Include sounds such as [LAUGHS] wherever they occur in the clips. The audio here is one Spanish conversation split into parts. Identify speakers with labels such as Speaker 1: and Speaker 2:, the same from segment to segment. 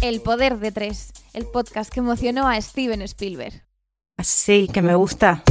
Speaker 1: El poder de tres, el podcast que emocionó a Steven Spielberg.
Speaker 2: Sí, que me gusta.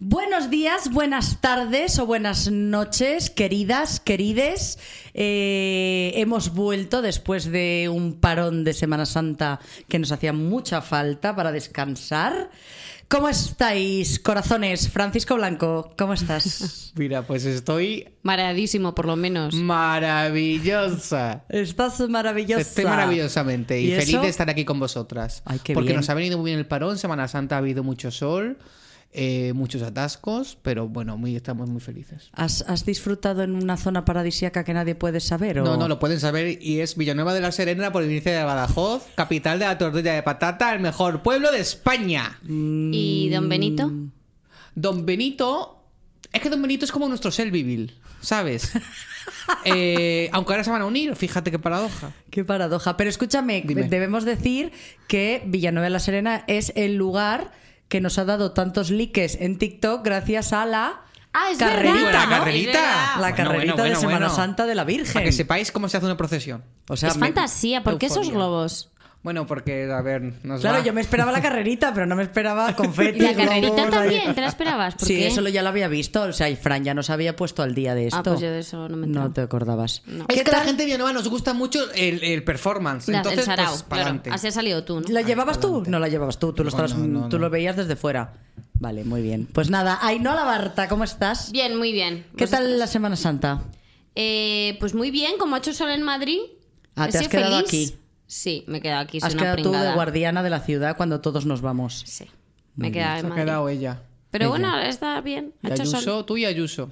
Speaker 3: Buenos días, buenas tardes o buenas noches, queridas, querides. Eh, hemos vuelto después de un parón de Semana Santa que nos hacía mucha falta para descansar. ¿Cómo estáis, corazones? Francisco Blanco, ¿cómo
Speaker 4: [LAUGHS]
Speaker 3: estás?
Speaker 4: Mira, pues estoy
Speaker 5: Mareadísimo, por lo menos.
Speaker 4: maravillosa.
Speaker 3: Estás maravillosa.
Speaker 4: Estoy maravillosamente y,
Speaker 3: ¿Y
Speaker 4: feliz
Speaker 3: eso?
Speaker 4: de estar aquí con vosotras.
Speaker 3: Ay, qué
Speaker 4: porque
Speaker 3: bien.
Speaker 4: nos ha venido muy bien el parón. Semana Santa ha habido mucho sol, eh, muchos atascos, pero bueno, muy, estamos muy felices.
Speaker 3: ¿Has, has disfrutado en una zona paradisíaca que nadie puede saber? o-
Speaker 4: No, no, lo pueden saber y es Villanueva de la Serena, provincia de Badajoz, capital de la tortilla de patata, el mejor pueblo de España.
Speaker 3: Mm.
Speaker 5: ¿Y don Benito?
Speaker 4: Don Benito. Es que Don Benito es como nuestro Selvivil, ¿sabes?
Speaker 3: [LAUGHS]
Speaker 4: Eh, aunque ahora se van a unir, fíjate qué paradoja.
Speaker 3: Qué paradoja. Pero escúchame,
Speaker 4: Dime.
Speaker 3: debemos decir que Villanueva de la Serena es el lugar que nos ha dado tantos likes en TikTok gracias a la
Speaker 5: Ah, es
Speaker 3: carrerita,
Speaker 5: verdad.
Speaker 4: la
Speaker 3: ¿no?
Speaker 4: carrerita.
Speaker 5: Es verdad.
Speaker 3: La
Speaker 4: Bueno,
Speaker 3: carrerita
Speaker 4: bueno,
Speaker 3: de
Speaker 4: bueno,
Speaker 3: Semana
Speaker 4: bueno.
Speaker 3: Santa de la Virgen.
Speaker 4: Para que sepáis cómo se hace una procesión.
Speaker 3: O sea,
Speaker 5: es
Speaker 3: me-
Speaker 5: fantasía. ¿Por qué esos
Speaker 4: Euforia.
Speaker 5: globos?
Speaker 4: Bueno, porque, a ver, nos
Speaker 3: Claro,
Speaker 4: va-
Speaker 3: yo me esperaba la carrerita, pero no me
Speaker 5: [LAUGHS]
Speaker 3: esperaba confeti.
Speaker 5: ¿Y la
Speaker 3: globos,
Speaker 5: carrerita
Speaker 3: ahí-
Speaker 5: también? ¿Te la esperabas? ¿Por
Speaker 3: Sí,
Speaker 5: qué?
Speaker 3: eso lo- ya lo había visto. O sea, y Fran ya nos había puesto al día de esto.
Speaker 5: Ah, pues yo de eso no me entero.
Speaker 3: No te acordabas.
Speaker 4: Es
Speaker 3: ¿Qué
Speaker 4: que a la
Speaker 3: tal?
Speaker 4: gente de Villanueva nos gusta mucho el, el performance.
Speaker 5: La-
Speaker 4: Entonces,
Speaker 5: el sarao,
Speaker 4: pues,
Speaker 5: claro.
Speaker 4: pa'lante.
Speaker 5: Así ha salido tú, ¿no?
Speaker 3: ¿La llevabas tú? No la llevabas tú, tú lo,
Speaker 4: No,
Speaker 3: estabas-
Speaker 4: Ah,
Speaker 3: mm,
Speaker 4: no, no,
Speaker 3: tú
Speaker 4: no.
Speaker 3: lo veías desde fuera. Vale, muy bien. Pues nada, Ainhola Barta, ¿cómo estás?
Speaker 5: Bien, muy bien.
Speaker 3: ¿Qué
Speaker 5: Pues-
Speaker 3: tal la Semana Santa?
Speaker 5: Eh, pues muy bien, como ha hecho sol en Madrid.
Speaker 3: Ah,
Speaker 5: he
Speaker 3: ¿te has
Speaker 5: sido
Speaker 3: quedado
Speaker 5: feliz.
Speaker 3: aquí?
Speaker 5: Sí, me he quedado aquí. soy
Speaker 3: Has
Speaker 5: una
Speaker 3: quedado tú
Speaker 5: pringada.
Speaker 3: de guardiana de la ciudad cuando todos nos vamos.
Speaker 5: Sí, me he quedado en
Speaker 4: Se ha
Speaker 5: Madrid.
Speaker 4: quedado ella.
Speaker 5: Pero bueno, está bien.
Speaker 4: Y
Speaker 5: Ha hecho sol.
Speaker 4: Ayuso, tú y Ayuso.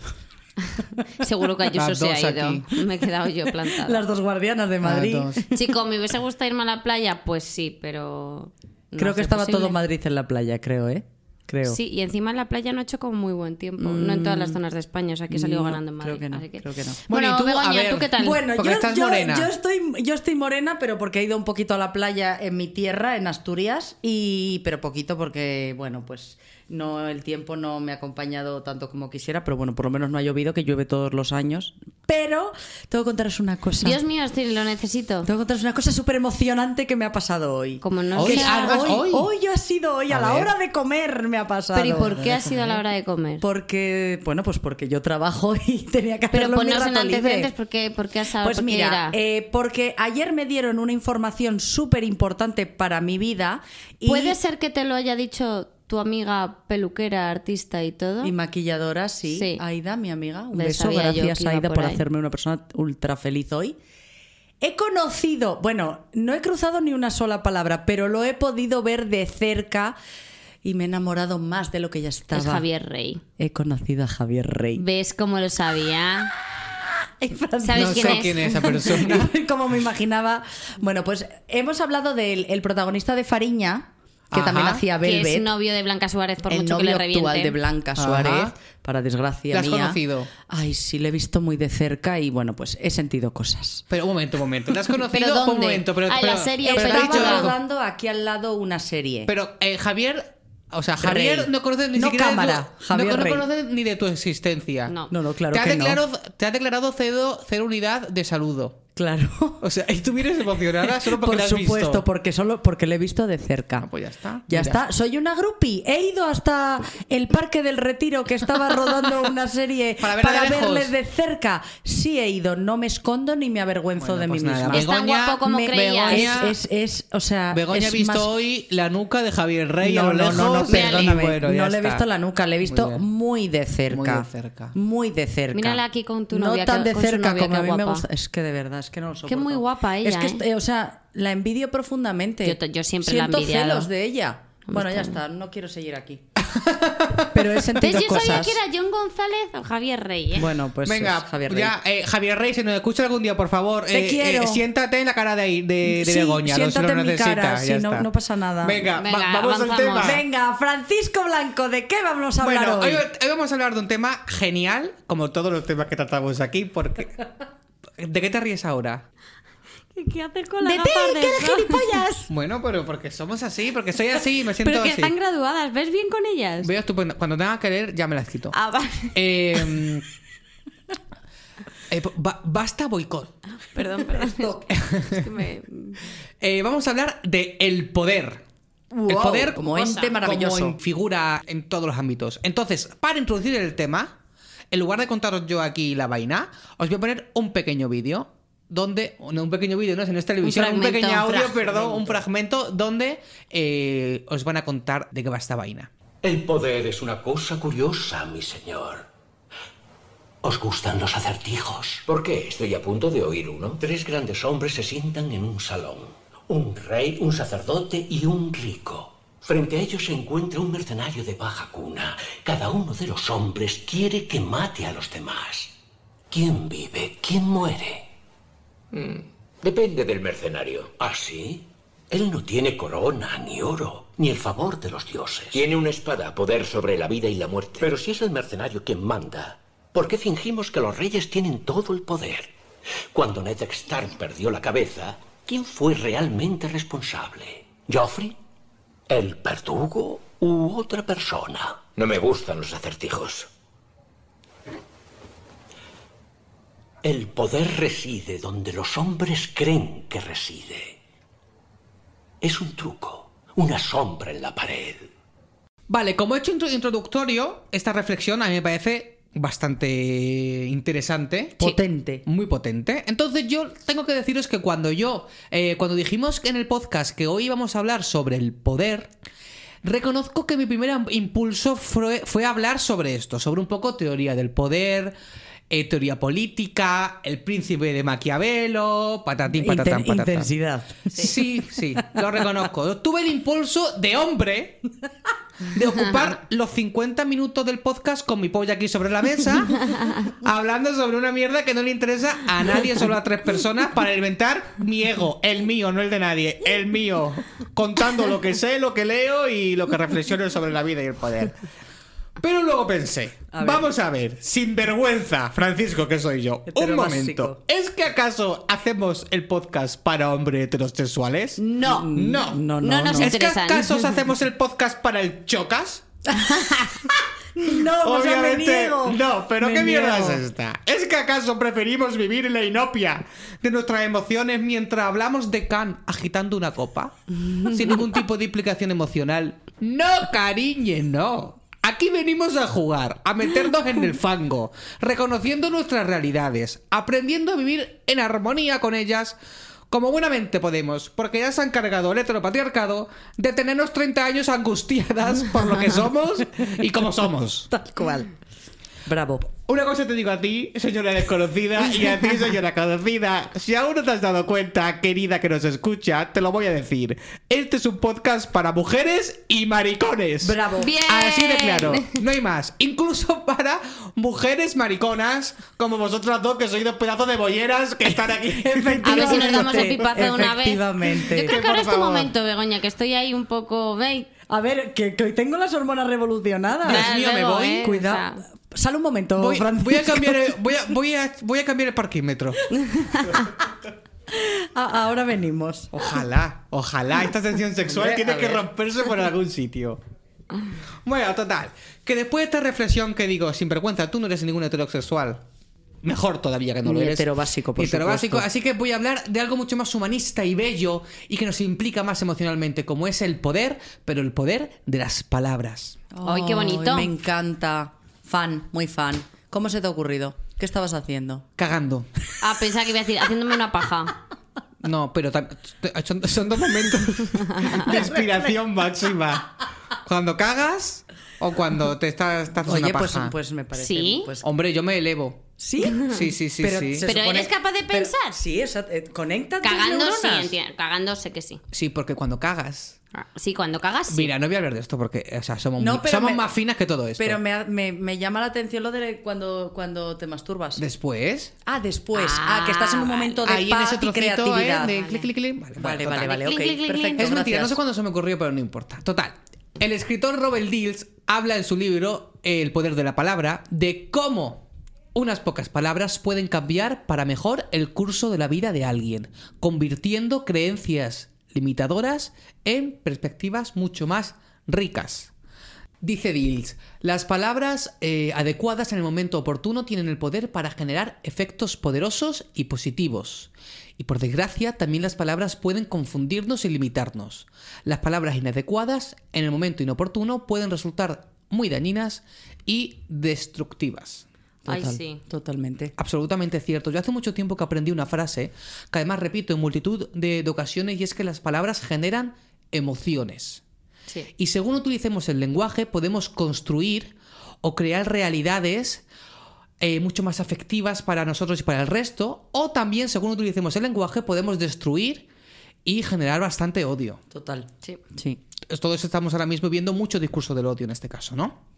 Speaker 4: [LAUGHS]
Speaker 5: Seguro que Ayuso
Speaker 4: Las
Speaker 5: se
Speaker 4: dos
Speaker 5: ha ido.
Speaker 4: aquí.
Speaker 5: [LAUGHS] Me he quedado yo plantada.
Speaker 3: Las dos guardianas de Madrid.
Speaker 4: Las dos.
Speaker 5: [LAUGHS] Chico, ¿me hubiese gustado irme a la playa? Pues sí, pero. no
Speaker 3: Creo
Speaker 5: ha
Speaker 3: que
Speaker 5: sido
Speaker 3: estaba todo
Speaker 5: posible.
Speaker 3: Madrid en la playa, creo, ¿eh? Creo.
Speaker 5: Sí, y encima en la playa no ha hecho como muy buen tiempo. No en todas las zonas de España, o sea que he salido
Speaker 3: Mm, No,
Speaker 5: ganando en Madrid.
Speaker 3: creo que no,
Speaker 5: así
Speaker 3: creo que no.
Speaker 5: Bueno,
Speaker 4: Bueno, y tú, a
Speaker 5: Begoña,
Speaker 4: ver,
Speaker 5: ¿tú qué tal?
Speaker 3: Bueno,
Speaker 4: Porque
Speaker 3: yo,
Speaker 4: estás
Speaker 3: yo-
Speaker 4: morena.
Speaker 3: yo estoy, yo estoy morena, pero porque he ido un poquito a la playa en mi tierra, en Asturias, y pero poquito porque, bueno, pues no el tiempo no me ha acompañado tanto como quisiera, pero bueno, por lo menos no ha llovido, que llueve todos los años. Pero tengo que contaros una cosa.
Speaker 5: Dios mío, estoy, lo necesito.
Speaker 3: Tengo que contaros una cosa súper emocionante que me ha pasado hoy.
Speaker 5: Como no
Speaker 4: Hoy,
Speaker 3: Que
Speaker 5: sea-
Speaker 4: ah, hoy.
Speaker 3: ha sido hoy, a,
Speaker 4: A
Speaker 3: la
Speaker 4: ver.
Speaker 3: hora de comer me ha pasado.
Speaker 5: Pero ¿y por qué ha sido a la hora de comer?
Speaker 3: Porque, bueno, pues porque yo trabajo y [LAUGHS] tenía que
Speaker 5: Pero
Speaker 3: hacerlo en mi
Speaker 5: ponos en
Speaker 3: rato libre.
Speaker 5: antecedentes porque, porque has sabido
Speaker 3: Pues
Speaker 5: por qué
Speaker 3: mira,
Speaker 5: era.
Speaker 3: eh, porque ayer me dieron una información súper importante para mi vida. Y,
Speaker 5: ¿Puede ser que te lo haya dicho tu amiga peluquera, artista y todo?
Speaker 3: Y maquilladora, sí.
Speaker 5: Sí.
Speaker 3: Aida, mi amiga. Un
Speaker 5: Me
Speaker 3: beso.
Speaker 5: sabía yo
Speaker 3: Gracias,
Speaker 5: que iba
Speaker 3: Aida, por,
Speaker 5: por ahí.
Speaker 3: hacerme una persona ultra feliz hoy. He conocido, bueno, no he cruzado ni una sola palabra, pero lo he podido ver de cerca y me he enamorado más de lo que ya estaba.
Speaker 5: Es Javier Rey.
Speaker 3: He conocido a Javier Rey.
Speaker 5: ¿Ves cómo lo sabía?
Speaker 3: [LAUGHS] Ay, Francis.
Speaker 5: ¿Sabes
Speaker 4: no
Speaker 5: quién
Speaker 4: sé
Speaker 5: es?
Speaker 4: quién es
Speaker 3: [LAUGHS]
Speaker 4: esa
Speaker 5: [LAUGHS]
Speaker 4: persona.
Speaker 3: como me imaginaba. Bueno, pues hemos hablado del el protagonista de Fariña, que
Speaker 4: Ajá.
Speaker 3: también hacía Velvet.
Speaker 5: Que es novio de Blanca Suárez, por
Speaker 3: el
Speaker 5: mucho que
Speaker 3: novio
Speaker 5: le reviente.
Speaker 3: actual de Blanca
Speaker 4: Ajá.
Speaker 3: Suárez, para desgracia
Speaker 4: ¿Le has
Speaker 3: mía.
Speaker 4: conocido?
Speaker 3: Ay, sí, le he visto muy de cerca y bueno, pues he sentido cosas.
Speaker 4: Pero un momento, un momento. ¿Te has conocido?
Speaker 5: ¿Pero dónde?
Speaker 4: Un momento, pero,
Speaker 5: Ah, en la
Speaker 4: pero,
Speaker 5: serie,
Speaker 4: pero,
Speaker 5: pero
Speaker 4: te ha dicho
Speaker 5: estaba
Speaker 4: algo.
Speaker 3: rodando aquí al lado una serie.
Speaker 4: Pero, eh, Javier... O sea, Javier
Speaker 3: Rey.
Speaker 4: no conoce ni
Speaker 3: No
Speaker 4: siquiera de tu-
Speaker 3: cámara, Javier
Speaker 4: no, no
Speaker 3: Rey.
Speaker 4: conoce ni de tu existencia.
Speaker 5: No.
Speaker 3: no, no, claro
Speaker 4: te, ha
Speaker 3: que no.
Speaker 4: declarado, te ha declarado cero, cero unidad de saludo. [LAUGHS]
Speaker 3: Claro.
Speaker 4: O sea, y tú
Speaker 3: [LAUGHS]
Speaker 4: vienes emocionada solo porque
Speaker 3: Por
Speaker 4: la has
Speaker 3: supuesto,
Speaker 4: visto.
Speaker 3: porque solo porque le he visto de cerca.
Speaker 4: Ah, pues ya está.
Speaker 3: Ya
Speaker 4: Mira.
Speaker 3: está, soy una grupi. He ido hasta el Parque del Retiro que estaba
Speaker 4: [LAUGHS]
Speaker 3: rodando una serie
Speaker 4: Para
Speaker 3: para,
Speaker 4: verla de lejos.
Speaker 3: verle de cerca. Sí he ido, no me escondo ni me avergüenzo
Speaker 4: Bueno,
Speaker 3: de
Speaker 4: pues
Speaker 3: mí
Speaker 4: nada,
Speaker 3: misma.
Speaker 5: Es tan
Speaker 4: Begoña-
Speaker 5: guapo como
Speaker 3: Me-
Speaker 5: creías.
Speaker 3: Es,
Speaker 4: Begoña-
Speaker 3: es, es- o sea,
Speaker 4: Begoña ha
Speaker 3: es
Speaker 4: visto
Speaker 3: más-
Speaker 4: hoy la nuca de Javier Rey a
Speaker 3: no,
Speaker 4: lo
Speaker 3: no,
Speaker 4: lejos.
Speaker 3: no, no,
Speaker 4: y
Speaker 3: perdóname.
Speaker 4: bueno, ya
Speaker 3: no le he
Speaker 4: está.
Speaker 3: visto la nuca, le he visto
Speaker 4: Muy
Speaker 3: muy,
Speaker 4: bien.
Speaker 3: de cerca.
Speaker 4: Muy de cerca.
Speaker 3: Muy de cerca.
Speaker 5: Mírala aquí con tu
Speaker 3: No
Speaker 5: novia,
Speaker 3: tan
Speaker 5: que-
Speaker 3: de
Speaker 5: con su
Speaker 3: cerca
Speaker 5: novia,
Speaker 3: como
Speaker 5: qué
Speaker 3: a mí me
Speaker 5: guapa.
Speaker 3: gusta. Es que de verdad, es que no lo soporto.
Speaker 5: muy guapa ella, ¿eh?
Speaker 3: Es que, est- o sea, la envidio profundamente.
Speaker 5: Yo t- yo siempre la
Speaker 3: Siento
Speaker 5: he envidiado.
Speaker 3: celos de ella.
Speaker 5: me
Speaker 3: Bueno, ya
Speaker 5: extraña.
Speaker 3: está, no quiero seguir
Speaker 5: [LAUGHS]
Speaker 3: aquí. Pero he sentido
Speaker 5: ¿Ves? Yo
Speaker 3: cosas.
Speaker 5: sabía que era John González o Javier Rey, ¿eh?
Speaker 3: Bueno, pues
Speaker 4: Venga,
Speaker 3: es Javier Rey.
Speaker 4: ya, eh, Javier Rey, si nos escucha algún día, por favor,
Speaker 3: Te
Speaker 4: eh,
Speaker 3: quiero.
Speaker 4: eh, siéntate en la cara de, ahí- de, de
Speaker 3: Sí,
Speaker 4: Begoña, lo- si
Speaker 3: siéntate
Speaker 4: lo
Speaker 3: en mi
Speaker 4: necesita,
Speaker 3: cara,
Speaker 4: ya
Speaker 3: sí, no-
Speaker 4: está.
Speaker 3: no pasa nada.
Speaker 4: Venga, va-
Speaker 5: Venga,
Speaker 4: vamos al
Speaker 5: avanzamos.
Speaker 4: tema.
Speaker 3: Venga, Francisco Blanco, ¿de qué vamos a hablar
Speaker 4: Bueno, hoy,
Speaker 3: hoy?
Speaker 4: hoy vamos a hablar de un tema genial, como todos los temas que tratamos aquí, porque... ¿De qué te ríes ahora?
Speaker 5: ¿Qué haces con la
Speaker 2: ¡De ti,
Speaker 5: gafas de
Speaker 2: que eres
Speaker 5: sol?
Speaker 2: gilipollas!
Speaker 4: Bueno, pero porque somos así, porque soy así y me siento
Speaker 5: [LAUGHS] Pero que
Speaker 4: así.
Speaker 5: están graduadas, ¿ves bien con ellas?
Speaker 4: Veo estupendo. Cuando tenga que leer, ya me las quito.
Speaker 5: Ah,
Speaker 3: [LAUGHS]
Speaker 5: va-
Speaker 4: Eh, eh, ba- basta boicot.
Speaker 5: Perdón, perdón. Es que me-
Speaker 4: Eh, vamos a hablar de el poder. el
Speaker 3: Wow,
Speaker 4: poder
Speaker 3: como ente maravilloso.
Speaker 4: como en figura en todos los ámbitos. Entonces, para introducir el tema, en lugar de contaros yo aquí la vaina, os voy a poner un pequeño vídeo donde no, un pequeño vídeo no es en esta televisión un,
Speaker 5: fragmento,
Speaker 4: pequeño
Speaker 5: un
Speaker 4: audio
Speaker 5: fragmento.
Speaker 4: perdón un fragmento donde eh, os van a contar de qué va esta vaina
Speaker 6: El poder es una cosa curiosa, mi señor. ¿Os gustan los acertijos? ¿Por qué? Estoy a punto de oír uno. Tres grandes hombres se sientan en un salón. Un rey, un sacerdote y un rico. Frente a ellos se encuentra un mercenario de baja cuna. Cada uno de los hombres quiere que mate a los demás. ¿Quién vive? ¿Quién muere? Depende del mercenario. ¿Ah, sí? Él no tiene corona, ni oro, ni el favor de los dioses. Tiene una espada, poder sobre la vida y la muerte. Pero si es el mercenario quien manda, ¿por qué fingimos que los reyes tienen todo el poder? Cuando Ned Stark perdió la cabeza, ¿quién fue realmente responsable? ¿Joffrey? ¿El verdugo? ¿U otra persona? No me gustan los acertijos. El poder reside donde los hombres creen que reside. Es un truco, una sombra en la pared.
Speaker 4: Vale, como hecho intro- introductorio, esta reflexión a mí me parece bastante interesante.
Speaker 3: Potente.
Speaker 4: Muy potente. Entonces yo tengo que deciros que cuando yo, eh, cuando dijimos en el podcast que hoy íbamos a hablar sobre el poder, reconozco que mi primer am- impulso fue, fue hablar sobre esto, sobre un poco teoría del poder. eh, teoría política, el príncipe de Maquiavelo, patatín,
Speaker 3: Inten-
Speaker 4: patatán, patatán.
Speaker 3: intensidad.
Speaker 4: Sí, sí, lo reconozco. Tuve el impulso de hombre de ocupar los 50 minutos del podcast con mi polla aquí sobre la mesa, hablando sobre una mierda que no le interesa a nadie, solo a tres personas, para inventar mi ego, el mío, no el de nadie, el mío, contando lo que sé, lo que leo y lo que reflexiono sobre la vida y el poder. Pero luego pensé, vamos a ver, sin vergüenza, Francisco, que soy yo, un
Speaker 3: Heteromásico.
Speaker 4: momento. ¿Es que acaso hacemos el podcast para hombres heterosexuales?
Speaker 5: No.
Speaker 4: No.
Speaker 3: No, no,
Speaker 5: No nos
Speaker 3: no.
Speaker 4: ¿Es que
Speaker 5: interesan. [LAUGHS]
Speaker 4: acaso hacemos el podcast para el chocas?
Speaker 3: No, o sea, me niego.
Speaker 4: no, pero
Speaker 3: Me
Speaker 4: ¿qué mierda
Speaker 3: niego.
Speaker 4: es esta? ¿Es que acaso preferimos vivir en la inopia de nuestras emociones mientras hablamos de Khan agitando una
Speaker 3: [LAUGHS]
Speaker 4: copa? Sin ningún tipo de implicación emocional. No, cariño, no. Aquí venimos a jugar, a meternos en el fango, reconociendo nuestras realidades, aprendiendo a vivir en armonía con ellas. Como buenamente podemos, porque ya se ha encargado el heteropatriarcado de tenernos 30 años angustiadas por lo que somos y como somos.
Speaker 3: Tal cual. Bravo.
Speaker 4: Una cosa te digo a ti, señora desconocida, y a ti, señora conocida. Si aún no te has dado cuenta, querida que nos escucha, te lo voy a decir. Este es un podcast para mujeres y maricones.
Speaker 3: Bravo.
Speaker 5: Bien.
Speaker 4: Así de claro, no hay más. Incluso para mujeres mariconas, como vosotras dos, que sois dos pedazos de bolleras que están aquí.
Speaker 5: A ver si nos damos el
Speaker 3: Efectivamente,
Speaker 5: pipazo de una vez.
Speaker 3: efectivamente.
Speaker 5: Yo creo
Speaker 4: Que
Speaker 5: que ahora
Speaker 4: por
Speaker 5: es tu
Speaker 4: favor.
Speaker 5: momento, Begoña, que estoy ahí un poco. Ve,
Speaker 3: A ver, que, que hoy tengo las hormonas revolucionadas.
Speaker 5: Dios
Speaker 4: mío, me voy.
Speaker 5: eh,
Speaker 3: Cuidado.
Speaker 5: o sea,
Speaker 3: Sal un momento,
Speaker 4: Voy,
Speaker 3: Francisco.
Speaker 4: voy a cambiar
Speaker 3: [LAUGHS]
Speaker 4: el, voy a- voy a- voy a cambiar el parquímetro.
Speaker 3: A- Ah, ahora venimos.
Speaker 4: Ojalá,
Speaker 3: [LAUGHS]
Speaker 4: ojalá. Esta tensión sexual
Speaker 3: Hombre, a
Speaker 4: tiene que
Speaker 3: ver.
Speaker 4: romperse por algún sitio. Bueno, total. Que después de esta reflexión que digo, sin vergüenza, tú no eres ningún heterosexual. Mejor todavía que no lo
Speaker 3: Ni
Speaker 4: eres.
Speaker 3: heterobásico, por
Speaker 4: Ni heterobásico.
Speaker 3: supuesto.
Speaker 4: Así que voy a hablar de algo mucho más humanista y bello y que nos implica más emocionalmente, como es el poder, pero el poder de las palabras.
Speaker 5: Ay, qué bonito.
Speaker 3: Me encanta. Fan, muy fan. ¿Cómo se te ha ocurrido? ¿Qué estabas haciendo?
Speaker 4: Cagando.
Speaker 5: Ah, pensaba que iba a decir, haciéndome una
Speaker 3: [LAUGHS]
Speaker 5: paja.
Speaker 4: No, pero tam- son, son dos momentos de inspiración máxima. Cuando cagas o cuando te estás, estás
Speaker 3: Oye,
Speaker 4: haciendo Ah, una
Speaker 3: pues,
Speaker 4: paja.
Speaker 3: pues me parece.
Speaker 5: ¿Sí?
Speaker 3: pues-
Speaker 4: Hombre, yo me elevo.
Speaker 3: ¿Sí?
Speaker 5: [LAUGHS]
Speaker 4: Sí, sí, sí, sí.
Speaker 3: se
Speaker 5: Pero eres capaz de
Speaker 3: pero-
Speaker 5: pensar.
Speaker 3: sí, exacto. eh, Conecta tus
Speaker 5: Cagando sí,
Speaker 3: neuronas.
Speaker 5: enti- cagando sé que sí.
Speaker 4: Sí, porque cuando cagas.
Speaker 5: Ah, Sí, cuando cagas sí.
Speaker 4: Mira, no voy a hablar de esto porque o sea, somos,
Speaker 3: No,
Speaker 4: muy-
Speaker 3: pero
Speaker 4: somos
Speaker 3: me-
Speaker 4: más finas que todo esto.
Speaker 3: Pero me, me- me llama la atención lo de cuando, cuando te masturbas.
Speaker 4: Después.
Speaker 3: ah, después. Ah,
Speaker 5: Ah,
Speaker 3: que estás en un
Speaker 5: vale.
Speaker 3: momento de
Speaker 4: ahí en
Speaker 3: paz
Speaker 4: ese
Speaker 3: y
Speaker 4: trocito,
Speaker 3: creatividad.
Speaker 4: ¿eh? De clic, clic, clic. Vale,
Speaker 3: Vale,
Speaker 4: total.
Speaker 3: vale, vale,
Speaker 5: Clic,
Speaker 3: ok.
Speaker 5: clic, clic, clic.
Speaker 3: perfecto.
Speaker 4: Es mentira,
Speaker 3: gracias.
Speaker 4: no sé cuándo se me ocurrió, pero no importa. Total. El escritor Robert Dills habla en su libro El poder de la palabra de cómo unas pocas palabras pueden cambiar para mejor el curso de la vida de alguien, convirtiendo creencias limitadoras en perspectivas mucho más ricas. Dice Dills, las palabras eh, adecuadas en el momento oportuno tienen el poder para generar efectos poderosos y positivos. Y por desgracia, también las palabras pueden confundirnos y limitarnos. Las palabras inadecuadas en el momento inoportuno pueden resultar muy dañinas y destructivas.
Speaker 5: Ay,
Speaker 3: Total,
Speaker 5: sí.
Speaker 3: Totalmente.
Speaker 4: Absolutamente cierto. Yo hace mucho tiempo que aprendí una frase que además repito en multitud de ocasiones y es que las palabras generan emociones.
Speaker 5: sí.
Speaker 4: Y según utilicemos el lenguaje, podemos construir o crear realidades eh, mucho más afectivas para nosotros y para el resto. O también, según utilicemos el lenguaje, podemos destruir y generar bastante odio.
Speaker 3: Total.
Speaker 5: Sí.
Speaker 3: Sí.
Speaker 4: Todo eso estamos ahora mismo viendo mucho discurso del odio en este caso, ¿no?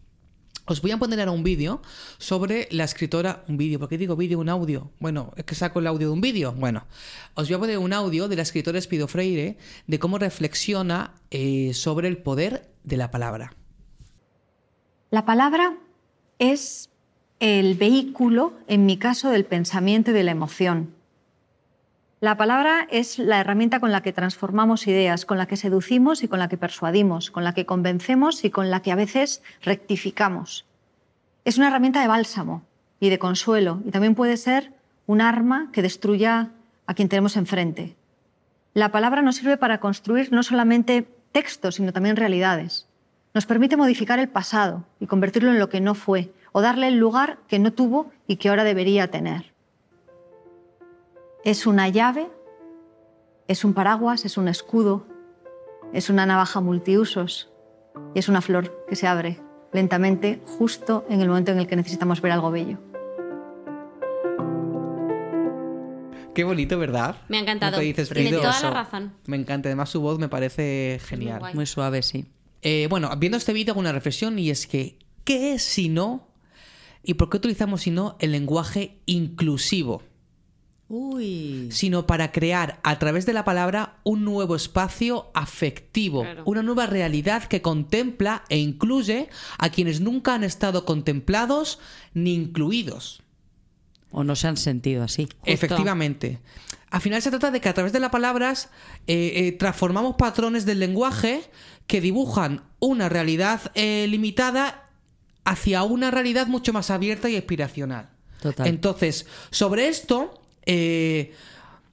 Speaker 4: Os voy a poner ahora un vídeo sobre la escritora. Un vídeo, ¿por qué digo vídeo? Un audio. Bueno, es que saco el audio de un vídeo. Bueno, os voy a poner un audio de la escritora Espido Freire de cómo reflexiona eh, sobre el poder de la palabra.
Speaker 7: La palabra es el vehículo, en mi caso, del pensamiento y de la emoción. La palabra es la herramienta con la que transformamos ideas, con la que seducimos y con la que persuadimos, con la que convencemos y con la que a veces rectificamos. Es una herramienta de bálsamo y de consuelo y también puede ser un arma que destruya a quien tenemos enfrente. La palabra nos sirve para construir no solamente textos, sino también realidades. Nos permite modificar el pasado y convertirlo en lo que no fue, o darle el lugar que no tuvo y que ahora debería tener. Es una llave, es un paraguas, es un escudo, es una navaja multiusos y es una flor que se abre lentamente justo en el momento en el que necesitamos ver algo bello.
Speaker 4: Qué bonito, ¿verdad?
Speaker 5: Me ha encantado.
Speaker 4: ¿No te dices,
Speaker 5: Tiene
Speaker 4: Espido?
Speaker 5: toda la razón.
Speaker 4: Me encanta, además su voz me parece genial.
Speaker 5: guay.
Speaker 3: Muy suave, sí.
Speaker 4: Eh, bueno, viendo este vídeo hago una reflexión y es que, ¿qué es si no? ¿Y por qué utilizamos si no el lenguaje inclusivo?
Speaker 3: Uy.
Speaker 4: Sino para crear a través de la palabra un nuevo espacio afectivo,
Speaker 5: Claro.
Speaker 4: una nueva realidad que contempla e incluye a quienes nunca han estado contemplados ni incluidos.
Speaker 3: O no se han sentido así.
Speaker 4: Efectivamente. Al final se trata de que a través de las palabras eh, eh, transformamos patrones del lenguaje que dibujan una realidad eh, limitada hacia una realidad mucho más abierta y aspiracional.
Speaker 3: Total.
Speaker 4: Entonces, sobre esto, eh,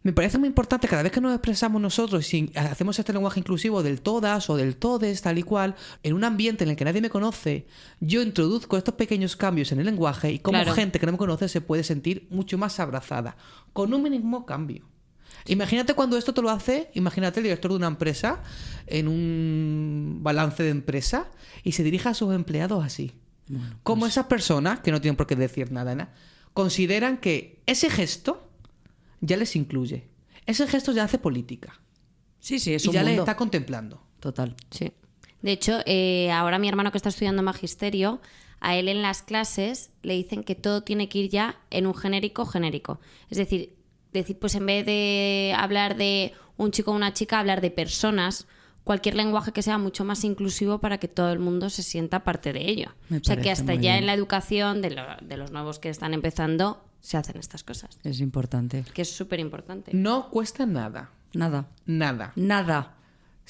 Speaker 4: me parece muy importante cada vez que nos expresamos nosotros y hacemos este lenguaje inclusivo del todas o del todes, tal y cual, en un ambiente en el que nadie me conoce, yo introduzco estos pequeños cambios en el lenguaje y como
Speaker 5: Claro.
Speaker 4: gente que no me conoce se puede sentir mucho más abrazada, con un mínimo cambio. Imagínate cuando esto te lo hace, imagínate el director de una empresa en un balance de empresa y se dirige a sus empleados así. Como esas personas, que no tienen por qué decir nada, Ana, consideran que ese gesto ya les incluye. Ese gesto ya hace política.
Speaker 3: Sí, sí, es
Speaker 4: y
Speaker 3: un
Speaker 4: ya les
Speaker 3: mundo.
Speaker 4: está contemplando.
Speaker 3: Total.
Speaker 5: Sí. De hecho, eh, ahora mi hermano que está estudiando magisterio, a él en las clases le dicen que todo tiene que ir ya en un genérico genérico. Es decir, decir, pues en vez de hablar de un chico o una chica, hablar de personas, cualquier lenguaje que sea mucho más inclusivo para que todo el mundo se sienta parte de ello.
Speaker 3: Me
Speaker 5: o sea, que
Speaker 3: parece
Speaker 5: hasta
Speaker 3: muy
Speaker 5: ya
Speaker 3: bien.
Speaker 5: en la educación de, lo- de los nuevos que están empezando se hacen estas cosas,
Speaker 3: Es importante.
Speaker 5: que es súper importante.
Speaker 4: No cuesta nada.
Speaker 3: Nada.
Speaker 4: Nada.
Speaker 3: Nada.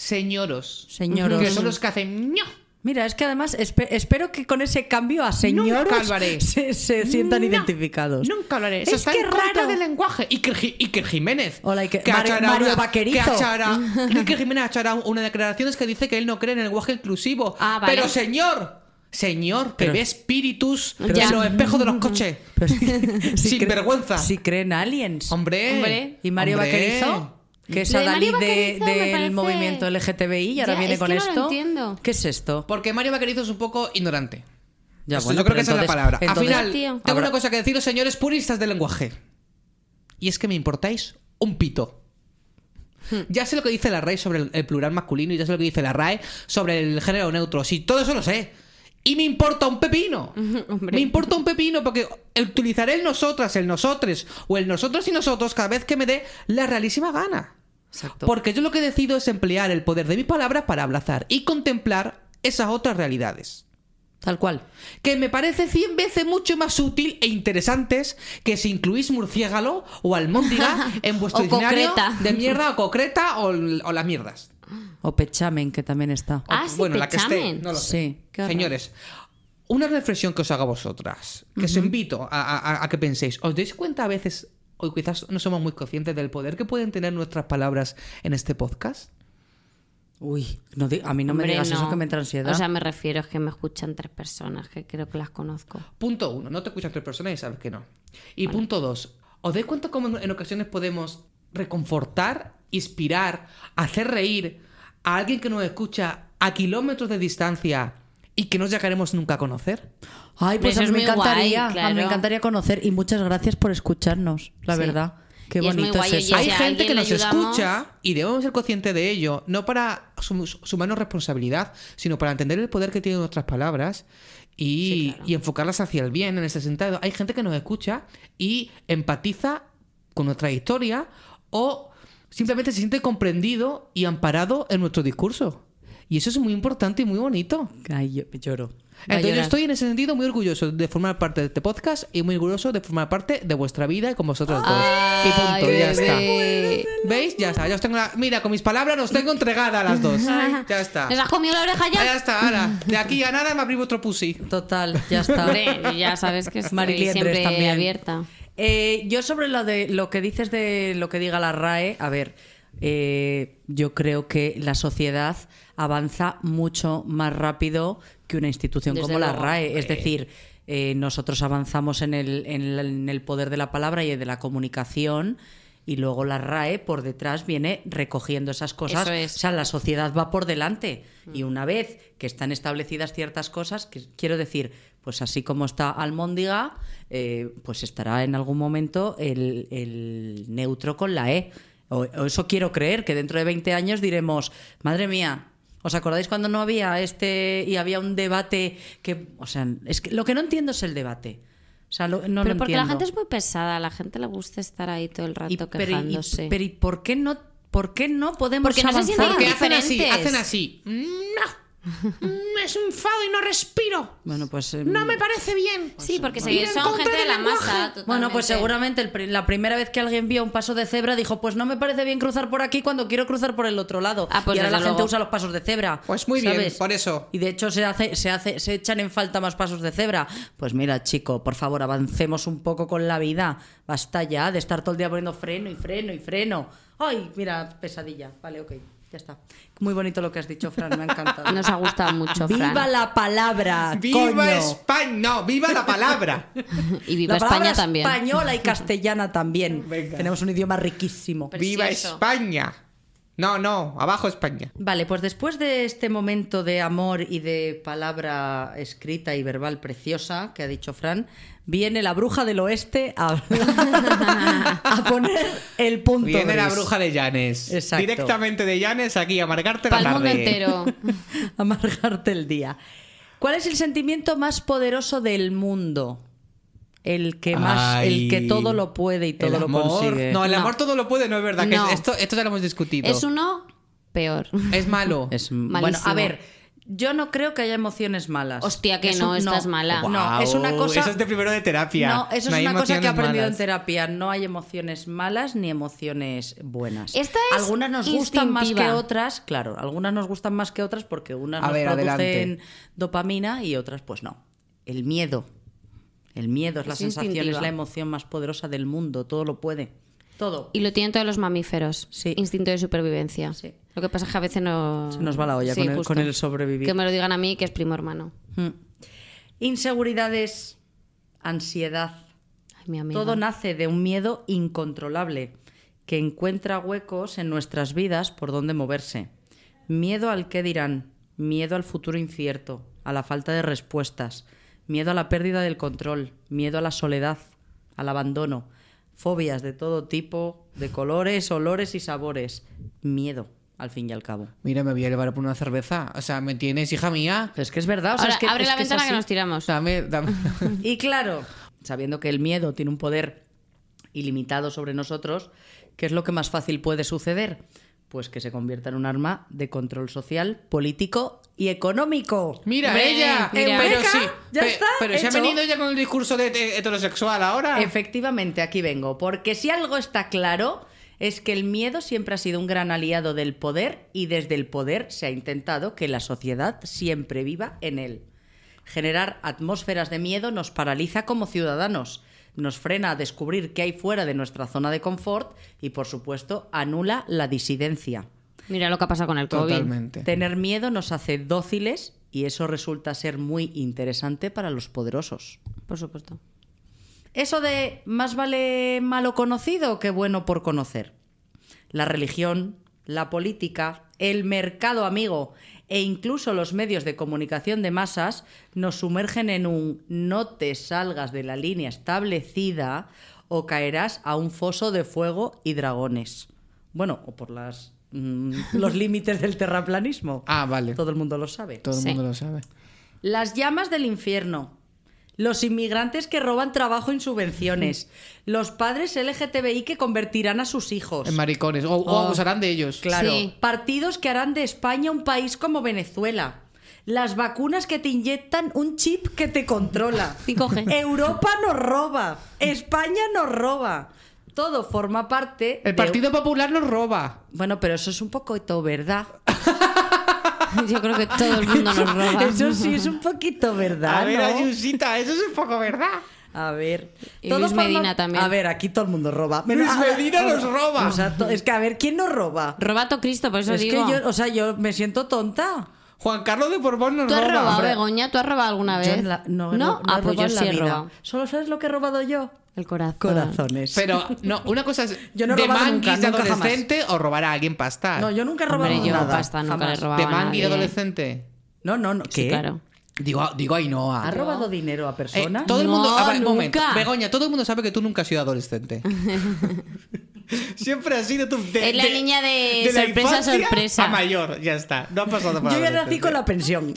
Speaker 4: Señoros.
Speaker 3: Señoros.
Speaker 4: Que son los que hacen ño.
Speaker 3: Mira, es que además espe- espero que con ese cambio a señoros
Speaker 4: lo
Speaker 3: [LAUGHS]
Speaker 4: haré.
Speaker 3: se, se sientan
Speaker 4: No.
Speaker 3: identificados.
Speaker 4: Nunca lo haré.
Speaker 3: Es
Speaker 4: Eso está
Speaker 3: que
Speaker 4: en contra
Speaker 3: raro.
Speaker 4: del lenguaje. Iker, Gi- Iker Jiménez.
Speaker 3: Hola, Iker- Mario-
Speaker 4: achará
Speaker 3: Mario
Speaker 4: una-
Speaker 3: Vaquerizo.
Speaker 4: que achará-
Speaker 3: [LAUGHS]
Speaker 4: Iker Jiménez achará una declaración es que dice que él no cree en el lenguaje inclusivo.
Speaker 5: Ah, vale.
Speaker 4: Pero señor, señor, que
Speaker 3: Pero-
Speaker 4: ve espíritus
Speaker 5: pero-
Speaker 4: en los espejos de los coches.
Speaker 3: [LAUGHS] Pero sí- [LAUGHS] sí
Speaker 4: Sin
Speaker 3: cre-
Speaker 4: vergüenza.
Speaker 3: Sí creen aliens.
Speaker 4: Hombre.
Speaker 5: Hombre.
Speaker 3: Y Mario
Speaker 4: Hombre.
Speaker 3: Vaquerizo, que es
Speaker 5: Lo de
Speaker 3: Adalid
Speaker 5: Mario
Speaker 3: de- del
Speaker 5: Vaquerizo me parece-
Speaker 3: movimiento LGTBI y ahora
Speaker 5: Ya,
Speaker 3: viene
Speaker 5: es
Speaker 3: con
Speaker 5: que no lo
Speaker 3: esto.
Speaker 5: entiendo.
Speaker 3: ¿Qué es esto?
Speaker 4: Porque Mario Vaquerizo es un poco ignorante.
Speaker 3: Ya,
Speaker 4: Eso,
Speaker 3: bueno,
Speaker 4: yo
Speaker 3: pero
Speaker 4: creo que esa es la
Speaker 3: entonces-
Speaker 4: palabra.
Speaker 3: entonces-
Speaker 4: Al final,
Speaker 5: Tío.
Speaker 4: tengo
Speaker 3: Habrá-
Speaker 4: una cosa que deciros, señores puristas del lenguaje. Y es que me importáis un pito.
Speaker 5: Hmm.
Speaker 4: Ya sé lo que dice la RAE sobre el, el plural masculino y ya sé lo que dice la RAE sobre el género neutro. Sí, todo eso lo sé. Y me importa un pepino.
Speaker 5: [LAUGHS] Hombre.
Speaker 4: me importa un pepino porque utilizaré el nosotras, el nosotres o el nosotros y nosotros cada vez que me dé la realísima gana.
Speaker 3: Exacto.
Speaker 4: Porque yo lo que decido es emplear el poder de mis palabras para abrazar y contemplar esas otras realidades
Speaker 3: Tal cual.
Speaker 4: que me parece 100 veces mucho más útil e interesantes que si incluís murciélago o
Speaker 5: [LAUGHS]
Speaker 4: almóndiga en vuestro
Speaker 5: O
Speaker 4: diccionario
Speaker 5: concreta.
Speaker 4: de mierda o concreta o, l- o las mierdas.
Speaker 3: O pechamen, que también está.
Speaker 5: Ah,
Speaker 4: O-
Speaker 5: sí,
Speaker 4: bueno, la que esté,
Speaker 5: pechamen.
Speaker 4: no lo sé.
Speaker 3: Sí.
Speaker 5: Qué horror.
Speaker 4: Señores, una reflexión que os haga a vosotras, que os invito a, a- a que penséis. ¿Os dais cuenta a veces, o quizás no somos muy conscientes del poder que pueden tener nuestras palabras en este podcast?
Speaker 3: Uy, no di- a mí no me
Speaker 5: Hombre,
Speaker 3: digas eso que me entra ansiedad.
Speaker 5: O sea, me refiero es que me escuchan tres personas que creo que las conozco.
Speaker 4: Punto uno, no te escuchan tres personas y sabes que no. Y punto dos, ¿os dais cuenta cómo en- en ocasiones podemos reconfortar, inspirar, hacer reír a alguien que nos escucha a kilómetros de distancia y que no llegaremos nunca a conocer?
Speaker 3: Ay, pues
Speaker 5: Eso
Speaker 3: a
Speaker 5: es
Speaker 3: mí me
Speaker 5: muy guay,
Speaker 3: encantaría. a mí me
Speaker 5: claro.
Speaker 3: encantaría conocer. Y muchas gracias por escucharnos, la
Speaker 5: Sí.
Speaker 3: verdad. Qué
Speaker 5: Y es muy
Speaker 3: bonito es,
Speaker 5: guay,
Speaker 3: eso.
Speaker 5: Y oye,
Speaker 4: Hay
Speaker 5: si a
Speaker 4: gente que
Speaker 5: alguien le
Speaker 4: nos
Speaker 5: ayudamos-
Speaker 4: escucha y debemos ser conscientes de ello, no para sum- sumarnos responsabilidad, sino para entender el poder que tienen nuestras palabras y,
Speaker 5: Sí, claro.
Speaker 4: y enfocarlas hacia el bien en ese sentido. Hay gente que nos escucha y empatiza con nuestra historia o simplemente se siente comprendido y amparado en nuestro discurso. Y eso es muy importante y muy bonito.
Speaker 3: Ay, yo lloro.
Speaker 5: Va a
Speaker 4: Entonces yo
Speaker 5: llorar.
Speaker 4: estoy en ese sentido muy orgulloso de formar parte de este podcast y muy orgulloso de formar parte de vuestra vida y con vosotras dos. Y punto,
Speaker 5: Ay,
Speaker 4: ya está.
Speaker 5: bebé.
Speaker 4: ¿Veis? Ya está. Ya os tengo la- Mira, con mis palabras os tengo entregada a las dos. Ya está.
Speaker 5: ¿Les has comido la oreja
Speaker 4: Ya
Speaker 5: ya?
Speaker 4: está, ahora. De aquí a nada me abrí vuestro pussy.
Speaker 3: Total, ya está.
Speaker 5: Hombre, ya
Speaker 3: [LAUGHS]
Speaker 5: sabes que estoy
Speaker 3: Marilyn Andrés
Speaker 5: siempre
Speaker 3: también.
Speaker 5: abierta.
Speaker 3: Eh, yo sobre lo de lo que dices de lo que diga la RAE, a ver, eh, yo creo que la sociedad avanza mucho más rápido que una institución
Speaker 5: Desde
Speaker 3: como la
Speaker 5: luego,
Speaker 3: RAE. Es
Speaker 5: hombre.
Speaker 3: decir, eh, nosotros avanzamos en el, en la- en el poder de la palabra y de la comunicación. Y luego la RAE por detrás viene recogiendo esas cosas.
Speaker 5: Eso es.
Speaker 3: O sea, la sociedad va por delante. Y una vez que están establecidas ciertas cosas, que quiero decir, pues así como está Almóndiga, eh, pues estará en algún momento el, el neutro con la E. O, o eso quiero creer, que dentro de 20 años diremos, madre mía. ¿Os acordáis cuando no había este y había un debate que, o sea, es que lo que no entiendo es el debate. O sea, lo- no
Speaker 5: pero
Speaker 3: lo
Speaker 5: porque la
Speaker 3: entiendo.
Speaker 5: gente es muy pesada, a la gente le gusta estar ahí todo el rato
Speaker 3: Y- pero, y,
Speaker 5: quejándose.
Speaker 3: pero, ¿y por qué no, por qué no podemos
Speaker 5: Porque no se
Speaker 3: avanzar?
Speaker 5: sienten
Speaker 4: Porque hacen
Speaker 5: diferentes.
Speaker 4: así, hacen así. ¡No! Mm, ¡Es un enfado y no respiro!
Speaker 3: Bueno, pues eh,
Speaker 4: ¡No me parece bien!
Speaker 5: sí, porque se-
Speaker 4: Viene en
Speaker 5: son
Speaker 4: contra
Speaker 5: gente de
Speaker 4: del
Speaker 5: la
Speaker 4: lenguaje.
Speaker 5: masa. totalmente.
Speaker 3: [LAUGHS] Bueno, pues seguramente el pri- la primera vez que alguien vio un paso de cebra dijo, pues no me parece bien cruzar por aquí cuando quiero cruzar por el otro lado.
Speaker 5: Ah, pues
Speaker 3: y ahora la
Speaker 5: desde
Speaker 3: gente
Speaker 5: luego.
Speaker 3: usa los pasos de cebra.
Speaker 4: Pues muy bien,
Speaker 3: ¿sabes?
Speaker 4: por eso.
Speaker 3: Y de hecho se hace, se hace, se echan en falta más pasos de cebra. Pues mira, chico, por favor, avancemos un poco con la vida. Basta ya de estar todo el día poniendo freno y freno y freno. Ay, mira, pesadilla. Vale, ok, ya está. Muy bonito lo que has dicho, Fran, me ha encantado.
Speaker 5: [LAUGHS] Nos ha gustado mucho,
Speaker 3: [LAUGHS]
Speaker 5: Fran.
Speaker 3: ¡Viva la
Speaker 5: Ah,
Speaker 3: palabra!
Speaker 4: ¡Viva
Speaker 3: coño!
Speaker 4: España! No, ¡Viva la
Speaker 5: [LAUGHS]
Speaker 4: palabra!
Speaker 5: Y viva
Speaker 3: La palabra
Speaker 5: España
Speaker 3: [LAUGHS]
Speaker 5: también.
Speaker 3: española y castellana también.
Speaker 4: Venga.
Speaker 3: Tenemos un idioma riquísimo.
Speaker 4: ¡Viva
Speaker 5: Precioso.
Speaker 4: España! No, no, abajo España.
Speaker 3: Vale, pues después de este momento de amor y de palabra escrita y verbal preciosa que ha dicho Fran, viene la bruja del oeste a, [LAUGHS] a poner el punto.
Speaker 4: Viene la
Speaker 3: gris.
Speaker 4: bruja de Llanes.
Speaker 3: Exacto.
Speaker 4: Directamente de Llanes aquí a marcarte la
Speaker 5: Pa'l mundo
Speaker 4: tarde. [LAUGHS]
Speaker 5: entero.
Speaker 3: Amargarte el día. ¿Cuál es el sentimiento más poderoso del mundo? El que más, el
Speaker 4: Ay.
Speaker 3: que todo lo puede y todo
Speaker 4: El
Speaker 3: lo
Speaker 4: amor.
Speaker 3: consigue.
Speaker 4: No, el
Speaker 5: No.
Speaker 4: amor todo lo puede, no es verdad. que
Speaker 5: No.
Speaker 4: esto, esto ya lo hemos discutido.
Speaker 5: Es uno peor.
Speaker 4: Es malo.
Speaker 3: Es
Speaker 5: Malísimo.
Speaker 3: bueno, a ver, yo no creo que haya emociones malas.
Speaker 5: Hostia, que
Speaker 3: Eso- Oh,
Speaker 5: no, estás mala.
Speaker 3: No,
Speaker 4: Guau,
Speaker 3: es una cosa.
Speaker 4: Eso es de primero de terapia.
Speaker 3: No, eso
Speaker 4: No hay
Speaker 3: es una cosa que he
Speaker 4: emociones
Speaker 3: aprendido en
Speaker 4: malas.
Speaker 3: terapia. No hay emociones malas ni emociones buenas.
Speaker 5: Esta es
Speaker 3: algunas nos gustan más que
Speaker 5: instintiva.
Speaker 3: otras, claro. Algunas nos gustan más que otras porque unas
Speaker 4: A
Speaker 3: nos
Speaker 4: ver,
Speaker 3: producen
Speaker 4: adelante.
Speaker 3: dopamina y otras pues no. El miedo. El miedo es, la
Speaker 5: Es
Speaker 3: sensación,
Speaker 5: instintiva.
Speaker 3: es la emoción más poderosa del mundo. Todo lo puede. Todo.
Speaker 5: Y lo tienen todos los mamíferos.
Speaker 3: Sí.
Speaker 5: Instinto de supervivencia.
Speaker 3: Sí.
Speaker 5: Lo que pasa es que a veces no...
Speaker 3: Se nos va la olla con el-
Speaker 5: justo.
Speaker 3: con el sobrevivir.
Speaker 5: Que me lo digan a mí, que es primo hermano.
Speaker 3: Mm. Inseguridades, ansiedad,
Speaker 5: Ay, mi amigo.
Speaker 3: Todo nace de un miedo incontrolable que encuentra huecos en nuestras vidas por donde moverse. Miedo al qué dirán, miedo al futuro incierto, a la falta de respuestas, miedo a la pérdida del control, miedo a la soledad, al abandono, fobias de todo tipo, de colores, olores y sabores, miedo, al fin y al cabo.
Speaker 4: Mira, me voy a llevar por una cerveza. O sea, ¿me tienes, hija mía?
Speaker 3: Pero es que es verdad, o sea,
Speaker 5: Ahora,
Speaker 3: es que,
Speaker 5: abre
Speaker 3: es
Speaker 5: la
Speaker 3: que es
Speaker 5: ventana que
Speaker 3: así.
Speaker 5: nos tiramos.
Speaker 4: Dame, dame.
Speaker 3: [LAUGHS] Y claro, sabiendo que el miedo tiene un poder ilimitado sobre nosotros, ¿qué es lo que más fácil puede suceder? Pues que se convierta en un arma de control social, político y económico.
Speaker 4: [LAUGHS] Mira,
Speaker 5: Hombre,
Speaker 4: ella.
Speaker 5: mira.
Speaker 4: Pero
Speaker 3: Eureka,
Speaker 4: sí.
Speaker 3: ya
Speaker 4: pe-
Speaker 3: está,
Speaker 4: Pero se ha
Speaker 3: hecho.
Speaker 4: venido ya con el discurso de de heterosexual ahora.
Speaker 3: Efectivamente, aquí vengo, porque si algo está claro es que el miedo siempre ha sido un gran aliado del poder y desde el poder se ha intentado que la sociedad siempre viva en él. Generar atmósferas de miedo nos paraliza como ciudadanos, nos frena a descubrir qué hay fuera de nuestra zona de confort y, por supuesto, anula la disidencia.
Speaker 5: Mira lo que ha pasado con el COVID.
Speaker 4: Totalmente.
Speaker 3: Tener miedo nos hace dóciles y eso resulta ser muy interesante para los poderosos.
Speaker 5: Por supuesto. [LAUGHS]
Speaker 3: Eso de más vale malo conocido que bueno por conocer. La religión, la política, el mercado amigo e incluso los medios de comunicación de masas nos sumergen en un no te salgas de la línea establecida o caerás a un foso de fuego y dragones. Bueno, o por las mm, los [LAUGHS] límites del terraplanismo.
Speaker 4: Ah, vale.
Speaker 3: Todo el mundo lo sabe.
Speaker 4: Todo el
Speaker 5: Sí.
Speaker 4: mundo lo sabe.
Speaker 3: Las llamas del infierno. Los inmigrantes que roban trabajo en subvenciones. Los padres LGTBI que convertirán a sus hijos.
Speaker 4: En maricones. O, o
Speaker 3: Oh.
Speaker 4: abusarán de ellos.
Speaker 3: Claro.
Speaker 5: Sí.
Speaker 3: Partidos que harán de España un país como Venezuela. Las vacunas que te inyectan un chip que te
Speaker 5: [LAUGHS]
Speaker 3: controla.
Speaker 5: 5G.
Speaker 3: Europa nos roba. España nos roba. Todo forma parte.
Speaker 4: El
Speaker 3: de-
Speaker 4: Partido Popular nos roba.
Speaker 3: Bueno, pero eso es un poco todo, ¿verdad?
Speaker 5: Yo creo que todo el mundo
Speaker 3: [LAUGHS]
Speaker 5: nos roba.
Speaker 3: Eso sí es un poquito verdad.
Speaker 4: A ver,
Speaker 3: Ah, ¿no?
Speaker 4: Ayusita, Ah, eso es un poco verdad.
Speaker 3: A ver.
Speaker 5: Y Luis Medina también.
Speaker 3: A ver, aquí todo el mundo roba.
Speaker 4: Luis
Speaker 3: a-
Speaker 4: Medina nos roba.
Speaker 3: O sea, to- es que a ver, ¿quién nos roba?
Speaker 5: Robato Cristo, por eso
Speaker 3: es
Speaker 5: digo.
Speaker 3: que yo, o sea, yo me siento tonta.
Speaker 4: Juan Carlos de Borbón nos
Speaker 5: ¿Tú has
Speaker 4: roba.
Speaker 5: robado,
Speaker 4: Hombre,
Speaker 5: Begoña? ¿Tú has robado alguna
Speaker 3: Yo
Speaker 5: vez?
Speaker 3: en la- no, no, no
Speaker 5: Ah,
Speaker 3: he
Speaker 5: pues
Speaker 3: robado
Speaker 5: yo
Speaker 3: en la
Speaker 5: sí he
Speaker 3: vida.
Speaker 5: robado. Ah.
Speaker 3: ¿Solo sabes lo que he robado yo?
Speaker 5: El corazón.
Speaker 3: Corazones.
Speaker 4: [LAUGHS] Pero, no, una cosa es
Speaker 3: Yo no he
Speaker 4: de
Speaker 3: robado
Speaker 4: manguis
Speaker 3: nunca,
Speaker 4: de
Speaker 3: nunca jamás.
Speaker 4: adolescente o robar a alguien pasta.
Speaker 3: No, yo nunca he robado
Speaker 5: Hombre, yo
Speaker 3: nada.
Speaker 5: pasta nunca le he
Speaker 3: jamás.
Speaker 5: robado.
Speaker 4: de
Speaker 5: a
Speaker 4: manguis de
Speaker 5: nadie.
Speaker 4: adolescente.
Speaker 3: No, no, no. ¿Qué?
Speaker 5: Sí, claro.
Speaker 4: Digo, digo Ainhoa.
Speaker 3: ¿Has robado dinero a
Speaker 4: Eh,
Speaker 3: personas?
Speaker 4: todo el mundo,
Speaker 5: No,
Speaker 4: a ver, un momento.
Speaker 5: nunca.
Speaker 4: Begoña, todo el mundo sabe que tú nunca has
Speaker 3: [LAUGHS]
Speaker 4: sido adolescente. Siempre has sido tú. de-
Speaker 5: Es la niña de
Speaker 4: la
Speaker 5: sorpresa,
Speaker 4: infancia
Speaker 5: sorpresa.
Speaker 4: A mayor, ya está. No ha pasado por
Speaker 3: yo ya nací
Speaker 4: adolescencia.
Speaker 3: con la
Speaker 4: [LAUGHS]
Speaker 3: pensión.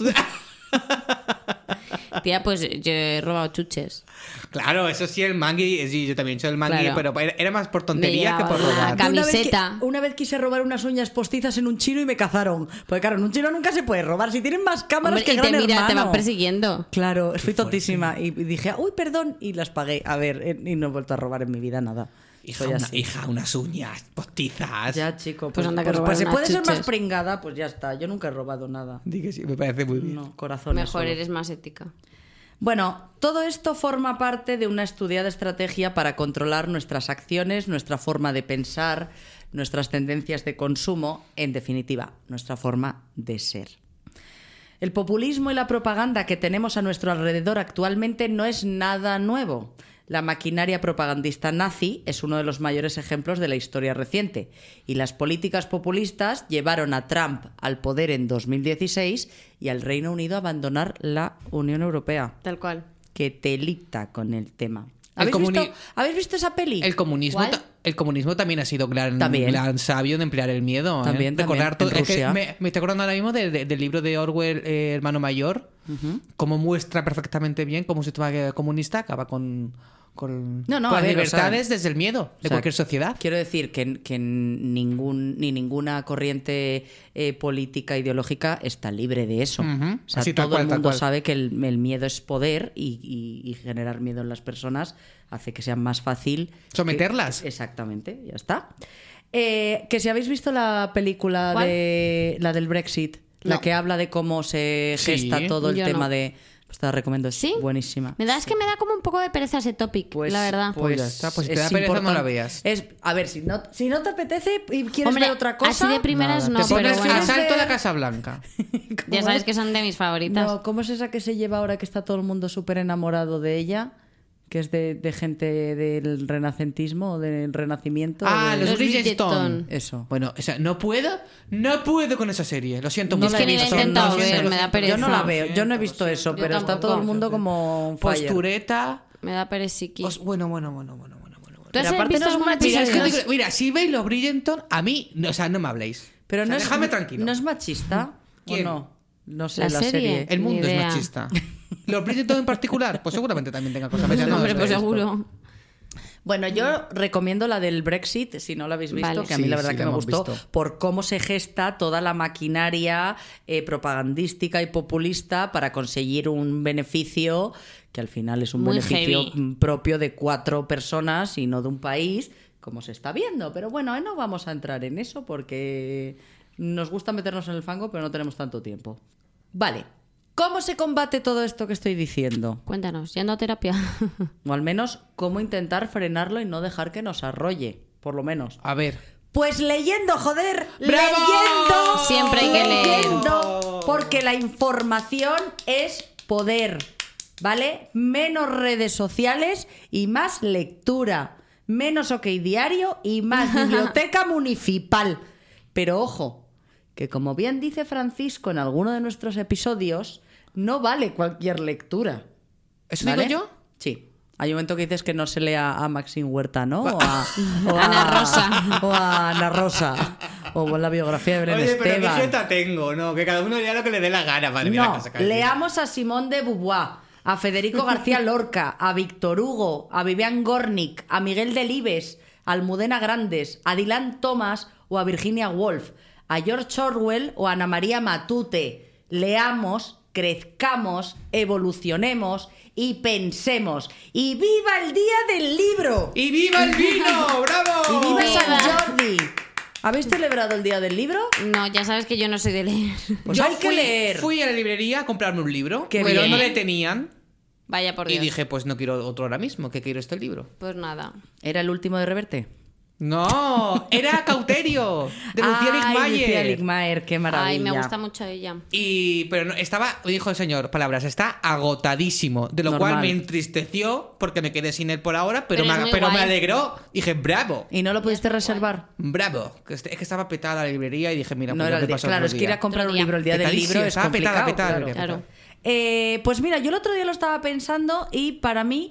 Speaker 5: Tía, pues yo he robado chuches.
Speaker 4: Claro, eso sí, el mangui. Sí, yo también soy el mangui,
Speaker 5: Claro.
Speaker 4: pero era, era más por tontería
Speaker 5: Me
Speaker 4: que por
Speaker 5: llevaba
Speaker 4: robar.
Speaker 5: la ca-
Speaker 3: Una vez que-
Speaker 5: Camiseta.
Speaker 3: Una vez, quise robar unas uñas postizas en un chino y me cazaron. Porque claro, en un chino nunca se puede robar. Si tienen más cámaras
Speaker 5: Hombre,
Speaker 3: que
Speaker 5: y te
Speaker 3: Gran
Speaker 5: mira, te
Speaker 3: Hermano.
Speaker 5: van persiguiendo.
Speaker 3: Claro, fui tontísima y dije, uy, perdón, y las pagué. A ver, eh, y no he vuelto a robar en mi vida nada.
Speaker 4: Hija,
Speaker 3: Soy
Speaker 4: una-
Speaker 3: así.
Speaker 4: hija, unas uñas postizas.
Speaker 3: Ya, chico, pues,
Speaker 5: Pues anda que
Speaker 3: pues-
Speaker 5: robar
Speaker 3: pues si
Speaker 5: unas
Speaker 3: puede ser más
Speaker 5: chuches.
Speaker 3: pringada, pues ya está. Yo nunca he robado nada.
Speaker 4: Di que sí, me parece muy bien.
Speaker 3: No, corazón.
Speaker 5: Mejor eres más ética.
Speaker 3: Bueno, todo esto forma parte de una estudiada estrategia para controlar nuestras acciones, nuestra forma de pensar, nuestras tendencias de consumo, en definitiva, nuestra forma de ser. El populismo y la propaganda que tenemos a nuestro alrededor actualmente no es nada nuevo. La maquinaria propagandista nazi es uno de los mayores ejemplos de la historia reciente y las políticas populistas llevaron a Trump al poder en 2016 y al Reino Unido a abandonar la Unión Europea.
Speaker 5: Tal cual.
Speaker 3: Que telita con el tema.
Speaker 4: El
Speaker 3: ¿Habéis, visto,
Speaker 4: comuni-
Speaker 3: habéis visto esa peli?
Speaker 4: El comunismo,
Speaker 5: ¿Cuál?
Speaker 4: ta- el comunismo también ha sido gran,
Speaker 3: También.
Speaker 4: gran sabio de emplear el miedo. ¿eh?
Speaker 3: También, también,
Speaker 4: Recordar todo-
Speaker 3: en
Speaker 4: es que
Speaker 3: Rusia.
Speaker 4: me, me estoy acordando ahora mismo de- de- del libro de Orwell, eh, Hermano Mayor, cómo muestra perfectamente bien cómo un sistema eh, comunista acaba con, con,
Speaker 3: No, no,
Speaker 4: con
Speaker 3: a
Speaker 4: las
Speaker 3: ver, o
Speaker 4: libertades
Speaker 3: sea,
Speaker 4: desde el miedo de
Speaker 3: O sea,
Speaker 4: cualquier sociedad.
Speaker 3: Quiero decir que, que ningún, ni ninguna corriente eh, política ideológica está libre de eso.
Speaker 4: Ujú.
Speaker 3: O sea,
Speaker 4: Sí, tal
Speaker 3: todo
Speaker 4: cual,
Speaker 3: el
Speaker 4: tal
Speaker 3: mundo
Speaker 4: cual.
Speaker 3: sabe que el, el miedo es poder y, y- y generar miedo en las personas hace que sea más fácil que-
Speaker 4: Someterlas.
Speaker 3: exactamente, ya está. Eh, que si habéis visto la película
Speaker 5: ¿Cuál?
Speaker 3: de la del Brexit, la
Speaker 5: No.
Speaker 3: que habla de cómo se
Speaker 4: Sí.
Speaker 3: gesta todo el
Speaker 5: Yo
Speaker 3: tema
Speaker 5: no.
Speaker 3: de. Pues te la recomiendo, es
Speaker 5: ¿Sí?
Speaker 3: buenísima.
Speaker 5: Me da, es que me da como un poco de pereza ese topic, la verdad.
Speaker 4: Pues ya está, pues si te da pereza, no la veas.
Speaker 3: Es, a ver, si no, si no te apetece y quieres
Speaker 5: Hombre,
Speaker 3: ver otra cosa.
Speaker 5: así de primeras
Speaker 4: Te
Speaker 5: no, pero
Speaker 4: pones
Speaker 5: bueno.
Speaker 4: asalto a la Casa Blanca.
Speaker 5: Ya sabes que son de mis favoritas.
Speaker 3: No, ¿cómo es esa que se lleva ahora que está todo el mundo súper enamorado de ella? que es de, de gente del renacentismo o del renacimiento. o
Speaker 4: Ah,
Speaker 3: de-
Speaker 4: los,
Speaker 5: Los
Speaker 4: Bridgestone.
Speaker 5: Bridgestone.
Speaker 3: Eso.
Speaker 4: Bueno, o sea, no puedo, no puedo con esa serie. Lo siento
Speaker 5: No
Speaker 4: mucho.
Speaker 5: la he visto, intentado
Speaker 4: Lo siento,
Speaker 5: ver,
Speaker 4: lo
Speaker 5: me da
Speaker 4: siento.
Speaker 5: pereza.
Speaker 3: Yo no la veo, yo no he visto eso,
Speaker 5: Yo
Speaker 3: pero está
Speaker 5: tampoco.
Speaker 3: todo el mundo como un fire.
Speaker 4: Postureta.
Speaker 5: Me da peresiqui.
Speaker 4: os- bueno, bueno, bueno, bueno, bueno, bueno. bueno.
Speaker 5: ¿Tú has
Speaker 3: Pero aparte
Speaker 5: visto
Speaker 3: no es
Speaker 5: alguna
Speaker 3: machista,
Speaker 4: Mira,
Speaker 5: chica
Speaker 4: es
Speaker 5: que
Speaker 4: que
Speaker 5: no
Speaker 4: te digo- mira, si veis los Bridgerton, a mí, no, o sea, no me habléis.
Speaker 3: Pero
Speaker 4: O sea,
Speaker 3: no es,
Speaker 4: déjame tranquilo.
Speaker 3: ¿No es machista?
Speaker 4: ¿Quién?
Speaker 3: ¿O no? No sé,
Speaker 5: ¿La
Speaker 3: la,
Speaker 5: serie?
Speaker 3: serie.
Speaker 4: El
Speaker 5: Ni
Speaker 4: mundo es
Speaker 5: idea.
Speaker 4: machista. Los Bridgerton en particular, pues seguramente también tenga cosas
Speaker 5: Pues,
Speaker 4: machas, no
Speaker 5: hombre,
Speaker 4: lo
Speaker 5: pues
Speaker 4: sé.
Speaker 5: seguro.
Speaker 3: Bueno, yo recomiendo la del Brexit, si no la habéis visto,
Speaker 5: Vale.
Speaker 3: que a mí
Speaker 4: Sí,
Speaker 3: la verdad
Speaker 4: sí,
Speaker 3: que
Speaker 4: la
Speaker 3: me
Speaker 4: hemos
Speaker 3: gustó,
Speaker 4: visto.
Speaker 3: por cómo se gesta toda la maquinaria eh, propagandística y populista para conseguir un beneficio que al final es un
Speaker 5: Muy
Speaker 3: beneficio
Speaker 5: heavy.
Speaker 3: mm, propio de cuatro personas y no de un país, como se está viendo. Pero bueno, eh, no vamos a entrar en eso porque nos gusta meternos en el fango, pero no tenemos tanto tiempo. Vale. ¿Cómo se combate todo esto que estoy diciendo?
Speaker 5: Cuéntanos, yendo a terapia.
Speaker 3: O al menos, cómo intentar frenarlo y no dejar que nos arrolle, por lo menos.
Speaker 4: A ver.
Speaker 3: Pues leyendo, joder,
Speaker 4: ¡Bravo!
Speaker 3: leyendo.
Speaker 5: Siempre hay que leer.
Speaker 3: Leyendo, porque la información es poder, ¿vale? Menos redes sociales y más lectura. Menos OK Diario y
Speaker 5: [LAUGHS]
Speaker 3: más biblioteca municipal. Pero ojo, que como bien dice Francisco en alguno de nuestros episodios, no vale cualquier lectura.
Speaker 4: ¿Eso
Speaker 3: ¿Vale?
Speaker 4: digo yo?
Speaker 3: Sí. Hay un momento que dices que no se lea a Maxine Huerta, ¿no? O
Speaker 4: [LAUGHS]
Speaker 3: a, o a-
Speaker 5: Ana Rosa.
Speaker 3: O a Ana Rosa. O la biografía de Belén Esteban.
Speaker 4: tengo, ¿no? Que cada uno lea lo que le dé la gana, madre mía, la
Speaker 3: no,
Speaker 4: cosa que hay.
Speaker 3: leamos a Simón de Beauvoir, a Federico García Lorca, a Víctor Hugo, a Vivian Gornick, a Miguel Delibes, a Almudena Grandes, a Dylan Thomas o a Virginia Woolf, a George Orwell o a Ana María Matute. Leamos, crezcamos, evolucionemos y pensemos. ¡Y viva el Día del Libro!
Speaker 4: ¡Y viva el vino!
Speaker 3: ¡Y
Speaker 4: ¡Bravo!
Speaker 3: viva
Speaker 5: Viva.
Speaker 3: San Jordi! ¿Habéis celebrado el Día del Libro?
Speaker 5: No, ya sabes que yo no soy de leer. [LAUGHS]
Speaker 3: Pues hay que
Speaker 4: fui,
Speaker 3: leer.
Speaker 4: Fui a la librería a comprarme un libro,
Speaker 3: Qué
Speaker 4: pero
Speaker 5: bien.
Speaker 4: no le tenían.
Speaker 5: Vaya por
Speaker 4: Y
Speaker 5: Dios.
Speaker 4: dije, pues no quiero otro ahora mismo, que quiero este libro.
Speaker 5: Pues nada.
Speaker 3: ¿Era el último de Reverte?
Speaker 4: No, [LAUGHS] era Cauterio, de Lucía
Speaker 3: Ay, Lucía
Speaker 4: Ligmayer.
Speaker 3: Ligmaer, qué maravilla.
Speaker 5: Ay, me gusta mucho ella.
Speaker 4: Y pero no, estaba, dijo el señor, palabras, está agotadísimo, de lo cual
Speaker 3: Normal.
Speaker 4: me entristeció porque me quedé sin él por ahora, pero,
Speaker 5: Pero es
Speaker 4: me,
Speaker 5: muy
Speaker 4: pero me
Speaker 5: guay.
Speaker 4: alegró. Dije, bravo,
Speaker 3: ¿Y no lo pudiste reservar?
Speaker 4: bravo. Que este- Es que estaba petada la librería y dije, mira,
Speaker 3: No
Speaker 4: pues
Speaker 3: era
Speaker 4: lo
Speaker 3: el
Speaker 4: que
Speaker 3: día.
Speaker 4: pasó
Speaker 3: Claro, es
Speaker 4: otro
Speaker 3: que ir a
Speaker 4: día.
Speaker 3: comprar un
Speaker 5: Otro día.
Speaker 3: libro el día del
Speaker 4: Petadísimo,
Speaker 3: libro es
Speaker 4: estaba petada,
Speaker 3: complicado.
Speaker 4: petada,
Speaker 3: claro.
Speaker 4: petada.
Speaker 5: Claro.
Speaker 3: Eh, pues mira, yo el otro día lo estaba pensando y para mí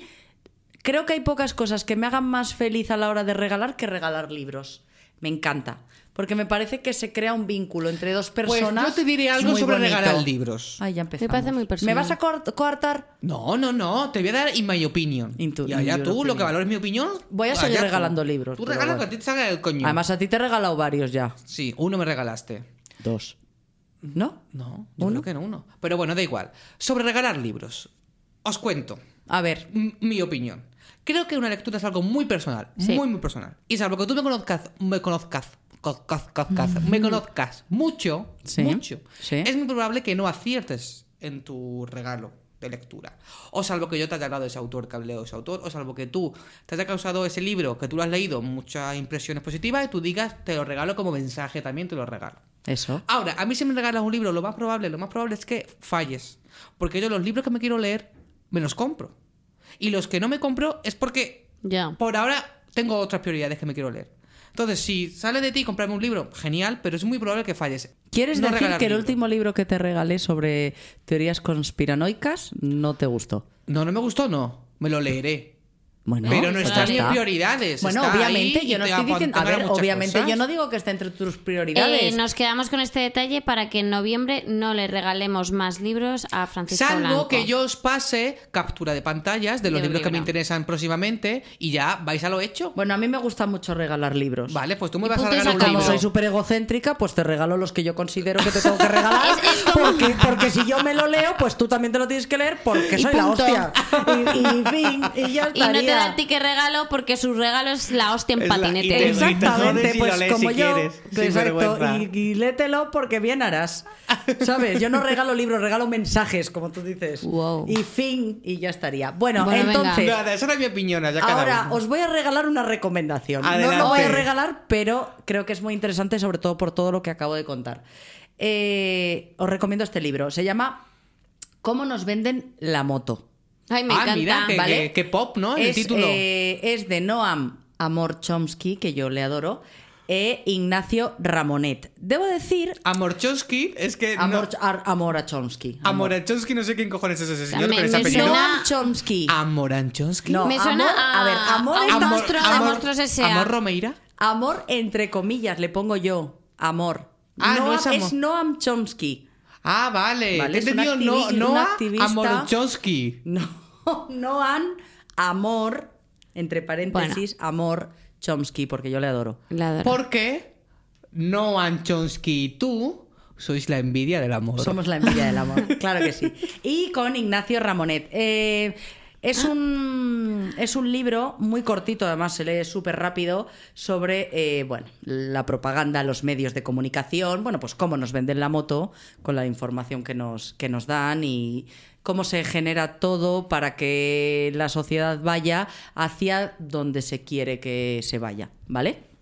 Speaker 3: creo que hay pocas cosas que me hagan más feliz a la hora de regalar que regalar libros. Me encanta. Porque me parece que se crea un vínculo entre dos
Speaker 4: Pues
Speaker 3: personas.
Speaker 4: yo te diré algo
Speaker 3: muy
Speaker 4: sobre
Speaker 3: bonito.
Speaker 4: regalar libros.
Speaker 3: Ay, ya empezamos.
Speaker 5: parece muy personal.
Speaker 3: ¿Me vas a coart- coartar?
Speaker 4: No, no, no, te voy a dar in my opinion.
Speaker 3: In tu-
Speaker 4: ya,
Speaker 3: in
Speaker 4: ya
Speaker 3: your
Speaker 4: tú, lo
Speaker 3: opinion.
Speaker 4: que valores mi opinión.
Speaker 3: Voy a seguir
Speaker 4: allá tú.
Speaker 3: regalando libros,
Speaker 4: Tú
Speaker 3: pero
Speaker 4: regalas
Speaker 3: bueno.
Speaker 4: lo que a ti te salga el coño.
Speaker 3: Además, a ti te he regalado varios ya.
Speaker 4: sí, uno me regalaste.
Speaker 3: Dos. ¿No?
Speaker 4: No, yo
Speaker 3: ¿Uno?
Speaker 4: creo que no uno. Pero bueno, da igual. Sobre regalar libros, os cuento
Speaker 3: A ver.
Speaker 4: m- mi opinión. Creo que una lectura es algo muy personal,
Speaker 5: Sí.
Speaker 4: muy, muy personal. Y salvo que tú me conozcas, me conozcas, coz- coz- cozcas, me conozcas mucho,
Speaker 3: Mm-hmm. Sí.
Speaker 4: mucho,
Speaker 3: Sí.
Speaker 4: es muy probable que no aciertes en tu regalo de lectura. O salvo que yo te haya hablado de ese autor, que hablé de ese autor, o salvo que tú te haya causado ese libro, que tú lo has leído, muchas impresiones positivas, y tú digas, te lo regalo como mensaje, también te lo regalo.
Speaker 3: Eso.
Speaker 4: Ahora, a mí si me regalas un libro, lo más probable, lo más probable es que falles. Porque yo los libros que me quiero leer, me los compro. Y los que no me compro es porque
Speaker 5: Ya.
Speaker 4: por ahora tengo otras prioridades que me quiero leer. Entonces, si sale de ti comprarme un libro, genial, pero es muy probable que falles.
Speaker 3: ¿Quieres
Speaker 4: No
Speaker 3: decir
Speaker 4: regalar
Speaker 3: que el
Speaker 4: libro.
Speaker 3: último libro que te regalé sobre teorías conspiranoicas no te gustó?
Speaker 4: No, no me gustó, no. Me lo leeré.
Speaker 3: Bueno,
Speaker 4: pero no
Speaker 3: pues ya
Speaker 4: está en mis prioridades.
Speaker 3: Bueno,
Speaker 4: está
Speaker 3: obviamente,
Speaker 4: ahí y
Speaker 3: yo no
Speaker 4: te
Speaker 3: estoy diciendo. A
Speaker 4: apuntará
Speaker 3: ver,
Speaker 4: muchas
Speaker 3: obviamente,
Speaker 4: cosas.
Speaker 3: yo no digo que esté entre tus
Speaker 5: Eh,
Speaker 3: prioridades.
Speaker 5: nos quedamos con este detalle para que en noviembre no le regalemos más libros a Francisco
Speaker 4: Salvo
Speaker 5: Blanco.
Speaker 4: que yo os pase captura de pantallas de los
Speaker 5: De un
Speaker 4: libros que me
Speaker 5: libro.
Speaker 4: interesan próximamente y ya vais a lo hecho.
Speaker 3: Bueno, a mí me gusta mucho regalar libros.
Speaker 4: Vale, pues tú me
Speaker 5: Y
Speaker 4: vas a
Speaker 5: punto y
Speaker 4: regalar
Speaker 5: se
Speaker 4: un
Speaker 5: acabó.
Speaker 3: Como
Speaker 4: libro.
Speaker 3: soy
Speaker 5: Libro.
Speaker 3: súper egocéntrica, pues te regalo los que yo considero que te tengo que regalar.
Speaker 5: [LAUGHS] Es- es como-
Speaker 3: porque, porque si yo me lo leo, pues tú también te lo tienes que leer porque
Speaker 5: Y
Speaker 3: soy la
Speaker 5: punto.
Speaker 3: hostia. Y, y fin, y ya
Speaker 5: Y no te da
Speaker 3: estaría.
Speaker 5: el ticket regalo porque su regalo es la hostia en
Speaker 4: Es la- y te-
Speaker 5: patinete.
Speaker 4: Exacto.
Speaker 3: Exactamente,
Speaker 4: jodes y lo
Speaker 3: pues
Speaker 4: lees
Speaker 3: como
Speaker 4: si
Speaker 3: yo.
Speaker 4: quieres, sin
Speaker 3: exacto,
Speaker 4: vergüenza.
Speaker 3: y, y lételo porque bien harás. ¿Sabes? Yo no
Speaker 4: [LAUGHS]
Speaker 3: regalo libros, regalo mensajes, como tú dices.
Speaker 5: Wow.
Speaker 3: Y fin, y ya estaría. Bueno,
Speaker 5: Bueno,
Speaker 3: entonces,
Speaker 5: venga.
Speaker 4: Nada, esa era mi opinión. allá cada
Speaker 3: ahora
Speaker 4: uno.
Speaker 3: os voy a regalar una recomendación. No
Speaker 4: Adelante.
Speaker 3: lo voy a regalar, pero creo que es muy interesante, sobre todo por todo lo que acabo de contar. Eh, os recomiendo este libro. Se llama ¿Cómo nos venden la moto?
Speaker 5: Ay, me
Speaker 4: ah,
Speaker 5: encanta.
Speaker 4: mira, que,
Speaker 3: ¿vale?
Speaker 4: que- que pop, ¿no? El
Speaker 3: es,
Speaker 4: título.
Speaker 3: eh, es de Noam Amor Chomsky, que yo le adoro, e Ignacio Ramonet. Debo decir
Speaker 4: Amorchowski, es que.
Speaker 3: Amor,
Speaker 4: Eh, no,
Speaker 3: Ar- Amora Chomsky. Amor-
Speaker 4: Amorachowski, no sé quién cojones es ese señor,
Speaker 5: Me-
Speaker 4: pero ese
Speaker 5: me
Speaker 4: apellido.
Speaker 5: suena-
Speaker 3: Noam Chomsky.
Speaker 4: ¿Amoranchowski?
Speaker 3: No,
Speaker 5: Me suena
Speaker 3: amor,
Speaker 5: a-
Speaker 3: a ver, amor
Speaker 5: a un
Speaker 3: está-
Speaker 5: monstruo de
Speaker 4: amor,
Speaker 5: monstruos S.A..
Speaker 4: ¿Amor Romeira?
Speaker 3: Amor entre comillas, le pongo yo. Amor.
Speaker 4: Ah, no
Speaker 3: Noam-
Speaker 4: es amor.
Speaker 3: Noam Chomsky.
Speaker 4: Ah, vale.
Speaker 3: Vale,
Speaker 4: Te he
Speaker 3: es un
Speaker 4: entendido,
Speaker 3: activi-
Speaker 4: no,
Speaker 3: un
Speaker 4: Noah
Speaker 3: activista.
Speaker 4: Amorchowski.
Speaker 3: No, [LAUGHS] Noam Amor, entre paréntesis, Amor Chomsky, porque yo le adoro.
Speaker 5: La adoro.
Speaker 4: Porque Noah Chomsky y tú sois la envidia del amor.
Speaker 3: Somos la envidia del amor, claro que sí. Y con Ignacio Ramonet. Eh, es, un, es un libro muy cortito, además se lee súper rápido, sobre eh, bueno, la propaganda, los medios de comunicación, bueno, pues cómo nos venden la moto con la información que nos, que nos dan y cómo se genera todo para que la sociedad vaya hacia donde se quiere que se vaya, ¿vale?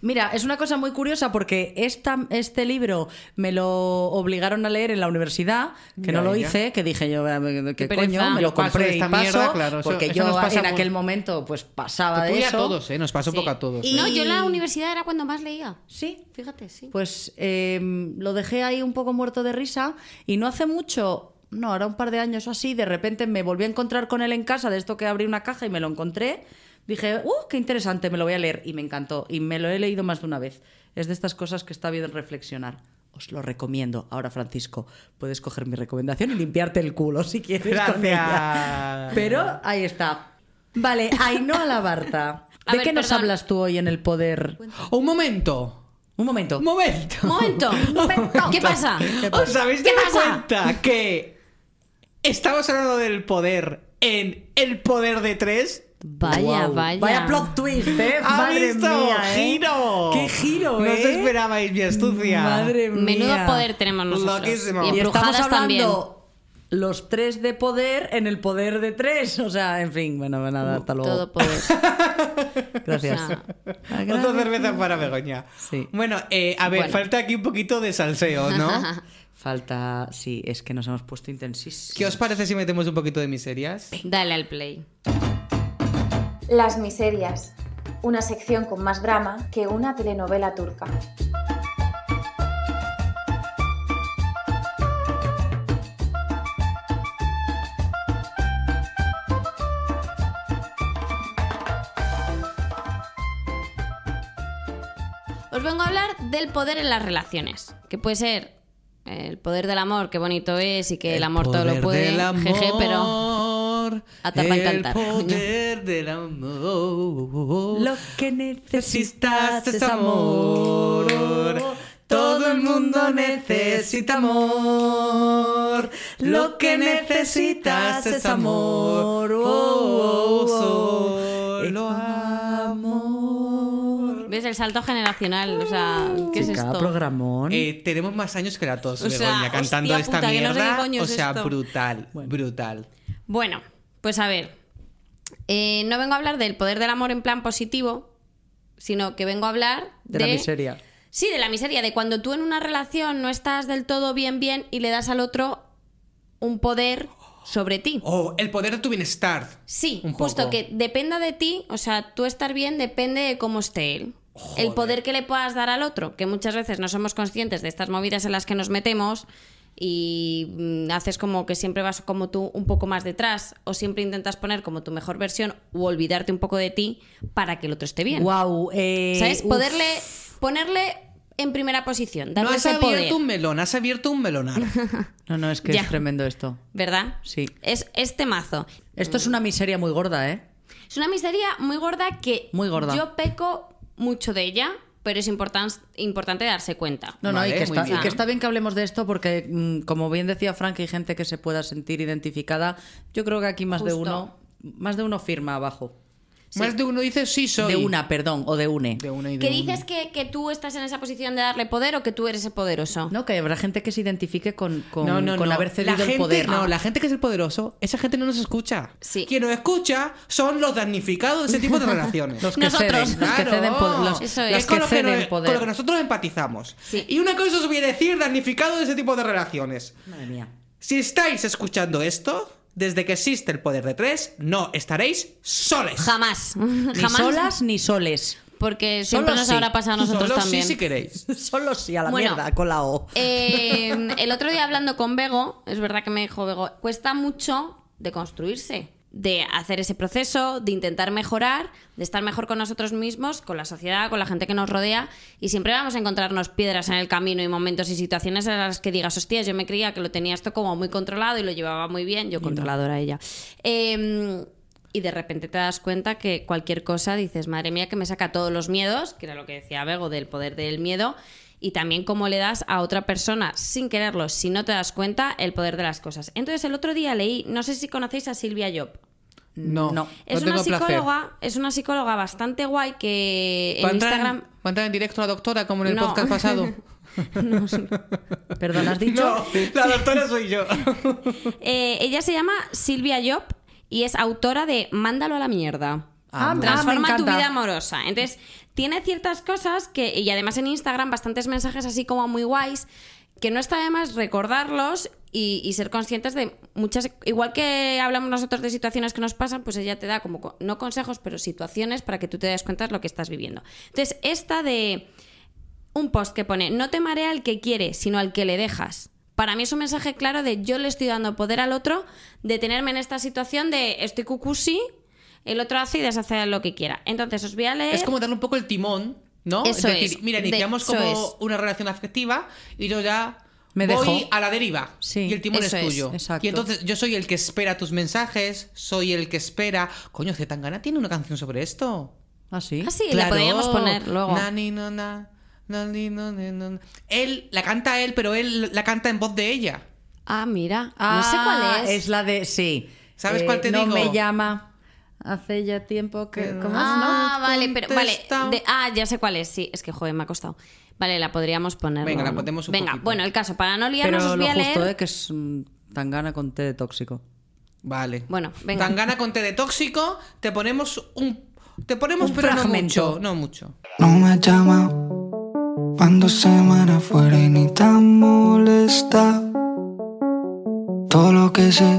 Speaker 3: Mira, es una cosa muy curiosa porque esta, este libro me lo obligaron a leer en la universidad, que no
Speaker 4: Ya,
Speaker 3: lo
Speaker 4: ya.
Speaker 3: hice, que dije yo, eh, ¿qué
Speaker 5: Qué
Speaker 3: coño?
Speaker 5: pereza.
Speaker 3: Me
Speaker 5: Yo
Speaker 3: lo
Speaker 4: paso de
Speaker 3: compré y
Speaker 4: esta
Speaker 3: paso,
Speaker 4: mierda, claro, eso-
Speaker 3: porque
Speaker 4: eso
Speaker 3: yo
Speaker 4: nos pasa
Speaker 3: en
Speaker 4: por-
Speaker 3: aquel momento pues pasaba
Speaker 4: Te
Speaker 3: de
Speaker 4: puede a
Speaker 3: eso.
Speaker 4: todos, ¿eh? Nos pasa un poco a todos.
Speaker 5: No,
Speaker 4: ¿eh?
Speaker 5: yo en la universidad era cuando más leía.
Speaker 3: Sí,
Speaker 5: Fíjate, sí.
Speaker 3: pues eh, lo dejé ahí un poco muerto de risa y no hace mucho, no, ahora un par de años o así, de repente me volví a encontrar con él en casa, de esto que abrí una caja y me lo encontré. Dije, ¡uh, qué interesante! Me lo voy a leer y me encantó y me lo he leído más de una vez. Es de estas cosas que está bien reflexionar. Os lo recomiendo. Ahora, Francisco, puedes coger mi recomendación y limpiarte el culo si quieres. con ella.
Speaker 4: Gracias.
Speaker 3: Pero ahí está. Vale, Ainhoa Labarta.
Speaker 5: A
Speaker 3: ¿De
Speaker 5: ver,
Speaker 3: qué nos
Speaker 5: perdón.
Speaker 3: hablas tú hoy en el poder?
Speaker 4: eh. Un momento.
Speaker 3: Un momento.
Speaker 4: [LAUGHS] Un momento.
Speaker 5: Momento.
Speaker 4: [LAUGHS]
Speaker 5: ¿Qué pasa?
Speaker 4: ¿Os habéis
Speaker 5: ¿Qué
Speaker 4: dado
Speaker 5: pasa?
Speaker 4: cuenta que estamos hablando del poder en El Poder de Tres?
Speaker 5: Vaya, vaya.
Speaker 3: Vaya plot twist, ¿eh?
Speaker 4: ¡Ha
Speaker 3: Madre
Speaker 4: visto!
Speaker 3: mía, ¿eh?
Speaker 4: ¡Giro!
Speaker 3: ¡Qué giro,
Speaker 4: No
Speaker 3: eh!
Speaker 4: os esperabais mi astucia.
Speaker 3: Madre mía.
Speaker 5: Menudo poder tenemos nosotros.
Speaker 4: Loquísimo.
Speaker 5: Y
Speaker 4: Y
Speaker 3: Y estamos
Speaker 5: embrujadas también.
Speaker 3: hablando los tres de poder en el poder de tres. O sea, en fin, bueno, bueno, nada, hasta luego.
Speaker 4: [LAUGHS]
Speaker 5: Todo poder.
Speaker 3: [LAUGHS] Gracias.
Speaker 5: O sea,
Speaker 4: Otra cerveza para Begoña.
Speaker 3: Sí.
Speaker 4: Bueno, eh, a ver,
Speaker 5: Bueno.
Speaker 4: falta aquí un poquito de salseo, ¿no?
Speaker 3: Falta, sí, es que nos hemos puesto intensísimos.
Speaker 4: ¿Qué os parece si metemos un poquito de miserias?
Speaker 5: [LAUGHS] Dale al play.
Speaker 8: Las miserias, una sección con más drama que una telenovela turca.
Speaker 5: Os vengo a hablar del poder en las relaciones, que puede ser eh, el poder del amor, qué bonito es y que el, amor todo lo
Speaker 4: poder
Speaker 5: puede,
Speaker 4: del amor,
Speaker 5: jeje, pero a tarda en cantar,
Speaker 4: El
Speaker 5: coño.
Speaker 4: poder del amor.
Speaker 3: Lo que necesitas
Speaker 4: necesitas
Speaker 3: es
Speaker 4: es
Speaker 3: amor.
Speaker 4: amor.
Speaker 3: Todo el mundo necesita amor. Lo que necesitas es amor. Oh, oh, oh.
Speaker 4: Solo
Speaker 3: amor.
Speaker 5: ¿Ves el salto generacional? O sea, ¿qué es
Speaker 3: Chica,
Speaker 5: esto?
Speaker 3: programón.
Speaker 4: Eh, tenemos más años que la tos,
Speaker 5: O sea,
Speaker 4: Begoña, cantando
Speaker 5: hostia
Speaker 4: esta
Speaker 5: puta, que no sé qué
Speaker 4: mierda.
Speaker 5: coño
Speaker 4: o
Speaker 5: es
Speaker 4: sea,
Speaker 5: esto.
Speaker 4: brutal, brutal.
Speaker 5: Bueno, pues a ver. eh, no vengo a hablar del poder del amor en plan positivo, sino que vengo a hablar
Speaker 3: de la miseria.
Speaker 5: Sí, de la miseria, de cuando tú en una relación no estás del todo bien, bien y le das al otro un poder sobre ti.
Speaker 4: Oh, el poder de tu bienestar.
Speaker 5: Sí,
Speaker 4: Un
Speaker 5: justo
Speaker 4: poco.
Speaker 5: que dependa de ti, o sea, tú estar bien depende de cómo esté él. El poder que le puedas dar al otro, que muchas veces no somos conscientes de estas movidas en las que nos metemos y mm, haces como que siempre vas como tú un poco más detrás o siempre intentas poner como tu mejor versión o olvidarte un poco de ti para que el otro esté bien.
Speaker 3: Wow. Eh,
Speaker 5: ¿Sabes?
Speaker 3: uf.
Speaker 5: Poderle ponerle en primera posición, darle
Speaker 4: No has
Speaker 5: ese
Speaker 4: abierto
Speaker 5: poder,
Speaker 4: un melón, has abierto
Speaker 3: [LAUGHS]
Speaker 4: un melonar.
Speaker 3: No, no, es que
Speaker 5: Ya.
Speaker 3: es tremendo esto.
Speaker 5: ¿verdad?
Speaker 3: Sí.
Speaker 5: Es este mazo.
Speaker 3: Esto es una miseria muy gorda, ¿eh?
Speaker 5: Es una miseria muy gorda que
Speaker 3: Muy gorda.
Speaker 5: yo peco mucho de ella, pero es importan- importante darse cuenta.
Speaker 3: No, no,
Speaker 4: Vale,
Speaker 3: y, que
Speaker 4: Eh, muy
Speaker 3: está, y
Speaker 4: bien.
Speaker 3: que está bien que hablemos de esto porque, mm, como bien decía Frank, hay gente que se pueda sentir identificada. Yo creo que aquí más de
Speaker 5: Justo.
Speaker 3: uno más de uno firma abajo.
Speaker 4: Más de uno dice sí soy.
Speaker 3: De una, perdón, o de une.
Speaker 4: De una y de
Speaker 5: ¿Que
Speaker 4: una.
Speaker 5: dices que, que tú estás en esa posición de darle poder o que tú eres el poderoso?
Speaker 3: No, que habrá gente que se identifique con, con,
Speaker 4: no, no,
Speaker 3: con
Speaker 4: no.
Speaker 3: haber cedido
Speaker 4: la
Speaker 3: el
Speaker 4: gente,
Speaker 3: poder.
Speaker 4: No, la gente que es el poderoso, esa gente no nos escucha.
Speaker 5: Sí.
Speaker 4: Quien nos escucha son los damnificados de ese tipo
Speaker 3: [LAUGHS]
Speaker 4: de relaciones.
Speaker 3: Los que
Speaker 5: Nosotros.
Speaker 3: ceden, los que ceden po- los,
Speaker 5: Eso
Speaker 3: los
Speaker 5: es.
Speaker 4: Es
Speaker 3: que
Speaker 4: con lo que,
Speaker 3: ceden
Speaker 4: nos-
Speaker 3: poder.
Speaker 4: con lo que nosotros empatizamos.
Speaker 5: Sí.
Speaker 4: Y una cosa os voy a decir, damnificado de ese tipo de relaciones.
Speaker 3: Madre mía.
Speaker 4: Si estáis escuchando esto, desde que existe el poder de tres, no estaréis soles.
Speaker 5: Jamás.
Speaker 3: Ni
Speaker 5: [LAUGHS] Jamás.
Speaker 3: solas ni
Speaker 4: [LAUGHS]
Speaker 3: soles.
Speaker 5: Porque siempre
Speaker 3: Solo
Speaker 5: nos
Speaker 3: sí.
Speaker 5: habrá pasado a nosotros
Speaker 4: Solos sí,
Speaker 5: también.
Speaker 4: si
Speaker 5: [LAUGHS]
Speaker 4: queréis.
Speaker 3: Solo sí, a la
Speaker 5: Bueno.
Speaker 3: mierda, con la O.
Speaker 5: Eh, el otro día hablando con Bego, es verdad que me dijo Bego, cuesta mucho de construirse, de hacer ese proceso, de intentar mejorar, de estar mejor con nosotros mismos, con la sociedad, con la gente que nos rodea, y siempre vamos a encontrarnos piedras en el camino y momentos y situaciones en las que digas, hostias, yo me creía que lo tenía esto como muy controlado y lo llevaba muy bien, yo controladora ella. Eh, y de repente te das cuenta que cualquier cosa dices, madre mía, que me saca todos los miedos, que era lo que decía Bego del poder del miedo, y también cómo le das a otra persona sin quererlo, si no te das cuenta, el poder de las cosas. Entonces el otro día leí, no sé si conocéis a Silvia Job.
Speaker 4: No,
Speaker 3: No.
Speaker 5: Es
Speaker 4: no
Speaker 5: una
Speaker 4: tengo placer.
Speaker 5: psicóloga, es una psicóloga bastante guay que
Speaker 4: ¿Va a
Speaker 5: en
Speaker 4: entrar en-
Speaker 5: Instagram
Speaker 4: va a entrar en directo la doctora como en el
Speaker 5: No.
Speaker 4: podcast
Speaker 5: [LAUGHS]
Speaker 4: pasado?
Speaker 3: Perdón, has dicho.
Speaker 4: [LAUGHS] No, la doctora soy
Speaker 5: [LAUGHS]
Speaker 4: yo.
Speaker 5: Eh, ella se llama Silvia Job y es autora de Mándalo a la mierda.
Speaker 3: Ah, me
Speaker 5: Transforma tu
Speaker 3: encanta.
Speaker 5: vida amorosa. Entonces, tiene ciertas cosas que, y además en Instagram, bastantes mensajes así como muy guays, que no está de más recordarlos y, y ser conscientes de muchas. Igual que hablamos nosotros de situaciones que nos pasan, pues ella te da como, co- no consejos, pero situaciones para que tú te des cuenta de lo que estás viviendo. Entonces, esta de un post que pone, no te marea al que quiere, sino al que le dejas. Para mí es un mensaje claro de yo le estoy dando poder al otro de tenerme en esta situación de estoy cucusi, el otro hace y deshace lo que quiera. Entonces os voy a leer...
Speaker 4: Es como darle un poco el timón, ¿no?
Speaker 5: Eso
Speaker 4: es decir,
Speaker 5: es.
Speaker 4: mira,
Speaker 5: De-
Speaker 4: iniciamos
Speaker 5: eso
Speaker 4: como
Speaker 5: es.
Speaker 4: una relación afectiva y yo ya
Speaker 3: Me
Speaker 4: voy
Speaker 3: dejo.
Speaker 4: a la deriva.
Speaker 3: Sí,
Speaker 4: y el timón es
Speaker 5: eso es,
Speaker 4: tuyo.
Speaker 3: exacto.
Speaker 4: Y entonces yo soy el que espera tus mensajes, soy el que espera. Coño, Zetangana tiene una canción sobre esto.
Speaker 3: ¿Ah, sí?
Speaker 5: Ah, sí, la podríamos poner luego.
Speaker 4: Na, ni, no, na, na, ni, no, ni, no, na. Él la canta él, pero él la canta en voz de ella.
Speaker 5: Ah, mira, no sé
Speaker 3: Ah,
Speaker 5: cuál es.
Speaker 3: Es la de. Sí. Eh,
Speaker 4: ¿Sabes cuál te
Speaker 3: no
Speaker 4: digo?
Speaker 3: me llama. Hace ya tiempo que. ¿Cómo es?
Speaker 5: Ah,
Speaker 4: No
Speaker 5: vale, pero vale.
Speaker 4: contesta.
Speaker 5: de- ah, ya sé cuál es, sí. Es que, joder, me ha costado. Vale, la podríamos poner.
Speaker 4: Venga, la
Speaker 5: ¿no?
Speaker 4: ponemos un
Speaker 5: Venga,
Speaker 4: poquito.
Speaker 5: bueno, el caso, para no
Speaker 3: Pero
Speaker 5: liarnos os
Speaker 3: lo
Speaker 5: voy a leer...
Speaker 3: justo, ¿eh? Que es tan gana con té de tóxico.
Speaker 4: Vale.
Speaker 5: Bueno, venga.
Speaker 4: Tangana con té de tóxico, te ponemos un. Te ponemos,
Speaker 3: Un
Speaker 4: pero
Speaker 3: fragmento.
Speaker 4: no mucho. No mucho.
Speaker 9: No me llama cuando se van afuera y ni tan molesta. Todo lo que sé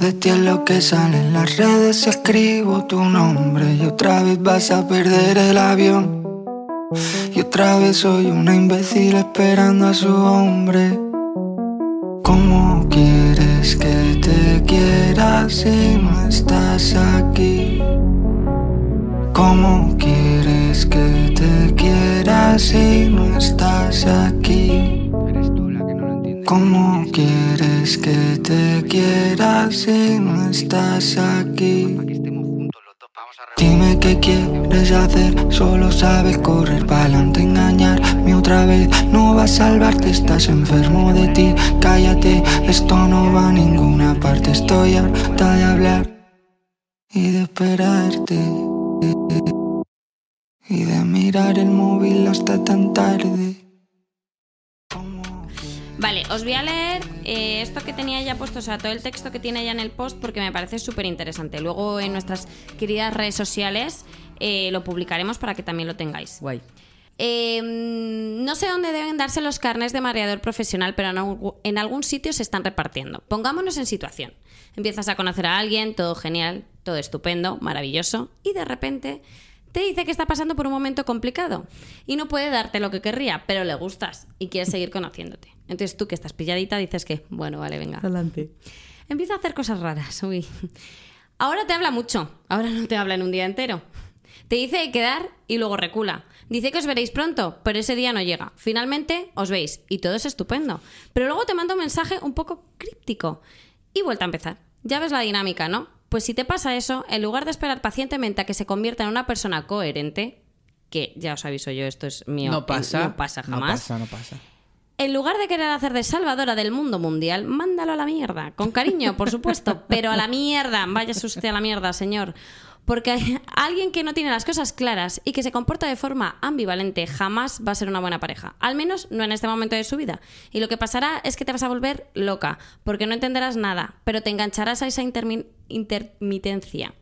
Speaker 9: de ti es lo que sale en las redes. Si escribo tu nombre y otra vez vas a perder el avión. Y otra vez soy una imbécil esperando a su hombre. ¿Cómo quieres que te quiera si no estás aquí? ¿Cómo quieres que te quiera si no estás aquí? ¿Cómo quieres que te quiera si no estás aquí? Dime qué quieres hacer, solo sabes correr pa'lante, engañarme otra vez. No va a salvarte, estás enfermo de ti. Cállate, esto no va a ninguna parte. Estoy harta de hablar y de esperarte y de mirar el móvil hasta tan tarde.
Speaker 5: Vale, os voy a leer eh, esto que tenía ya puesto, o sea, todo el texto que tiene ya en el post porque me parece súper interesante. Luego en nuestras queridas redes sociales eh, lo publicaremos para que también lo tengáis.
Speaker 3: Guay.
Speaker 5: Eh, mm, no sé dónde deben darse los carnes de mareador profesional, pero en algu- en algún sitio se están repartiendo. Pongámonos en situación. Empiezas a conocer a alguien, todo genial, todo estupendo, maravilloso, y de repente te dice que está pasando por un momento complicado y no puede darte lo que querría, pero le gustas y quieres seguir conociéndote. Entonces tú que estás pilladita dices que, bueno, vale, venga.
Speaker 3: Adelante.
Speaker 5: Empieza a hacer cosas raras, uy. Ahora te habla mucho, ahora no te habla en un día entero. Te dice de quedar y luego recula. Dice que os veréis pronto, pero ese día no llega. Finalmente os veis y todo es estupendo. Pero luego te manda un mensaje un poco críptico y vuelta a empezar. Ya ves la dinámica, ¿no? Pues si te pasa eso, en lugar de esperar pacientemente a que se convierta en una persona coherente, que ya os aviso yo, esto es mío,
Speaker 4: No pasa.
Speaker 5: no pasa jamás.
Speaker 4: No pasa, no pasa.
Speaker 5: En lugar de querer hacer de salvadora del mundo mundial, mándalo a la mierda. Con cariño, por supuesto, pero a la mierda. Váyase usted a la mierda, señor. Porque hay- alguien que no tiene las cosas claras y que se comporta de forma ambivalente jamás va a ser una buena pareja. Al menos no en este momento de su vida. Y lo que pasará es que te vas a volver loca, porque no entenderás nada, pero te engancharás a esa intermi- intermitencia.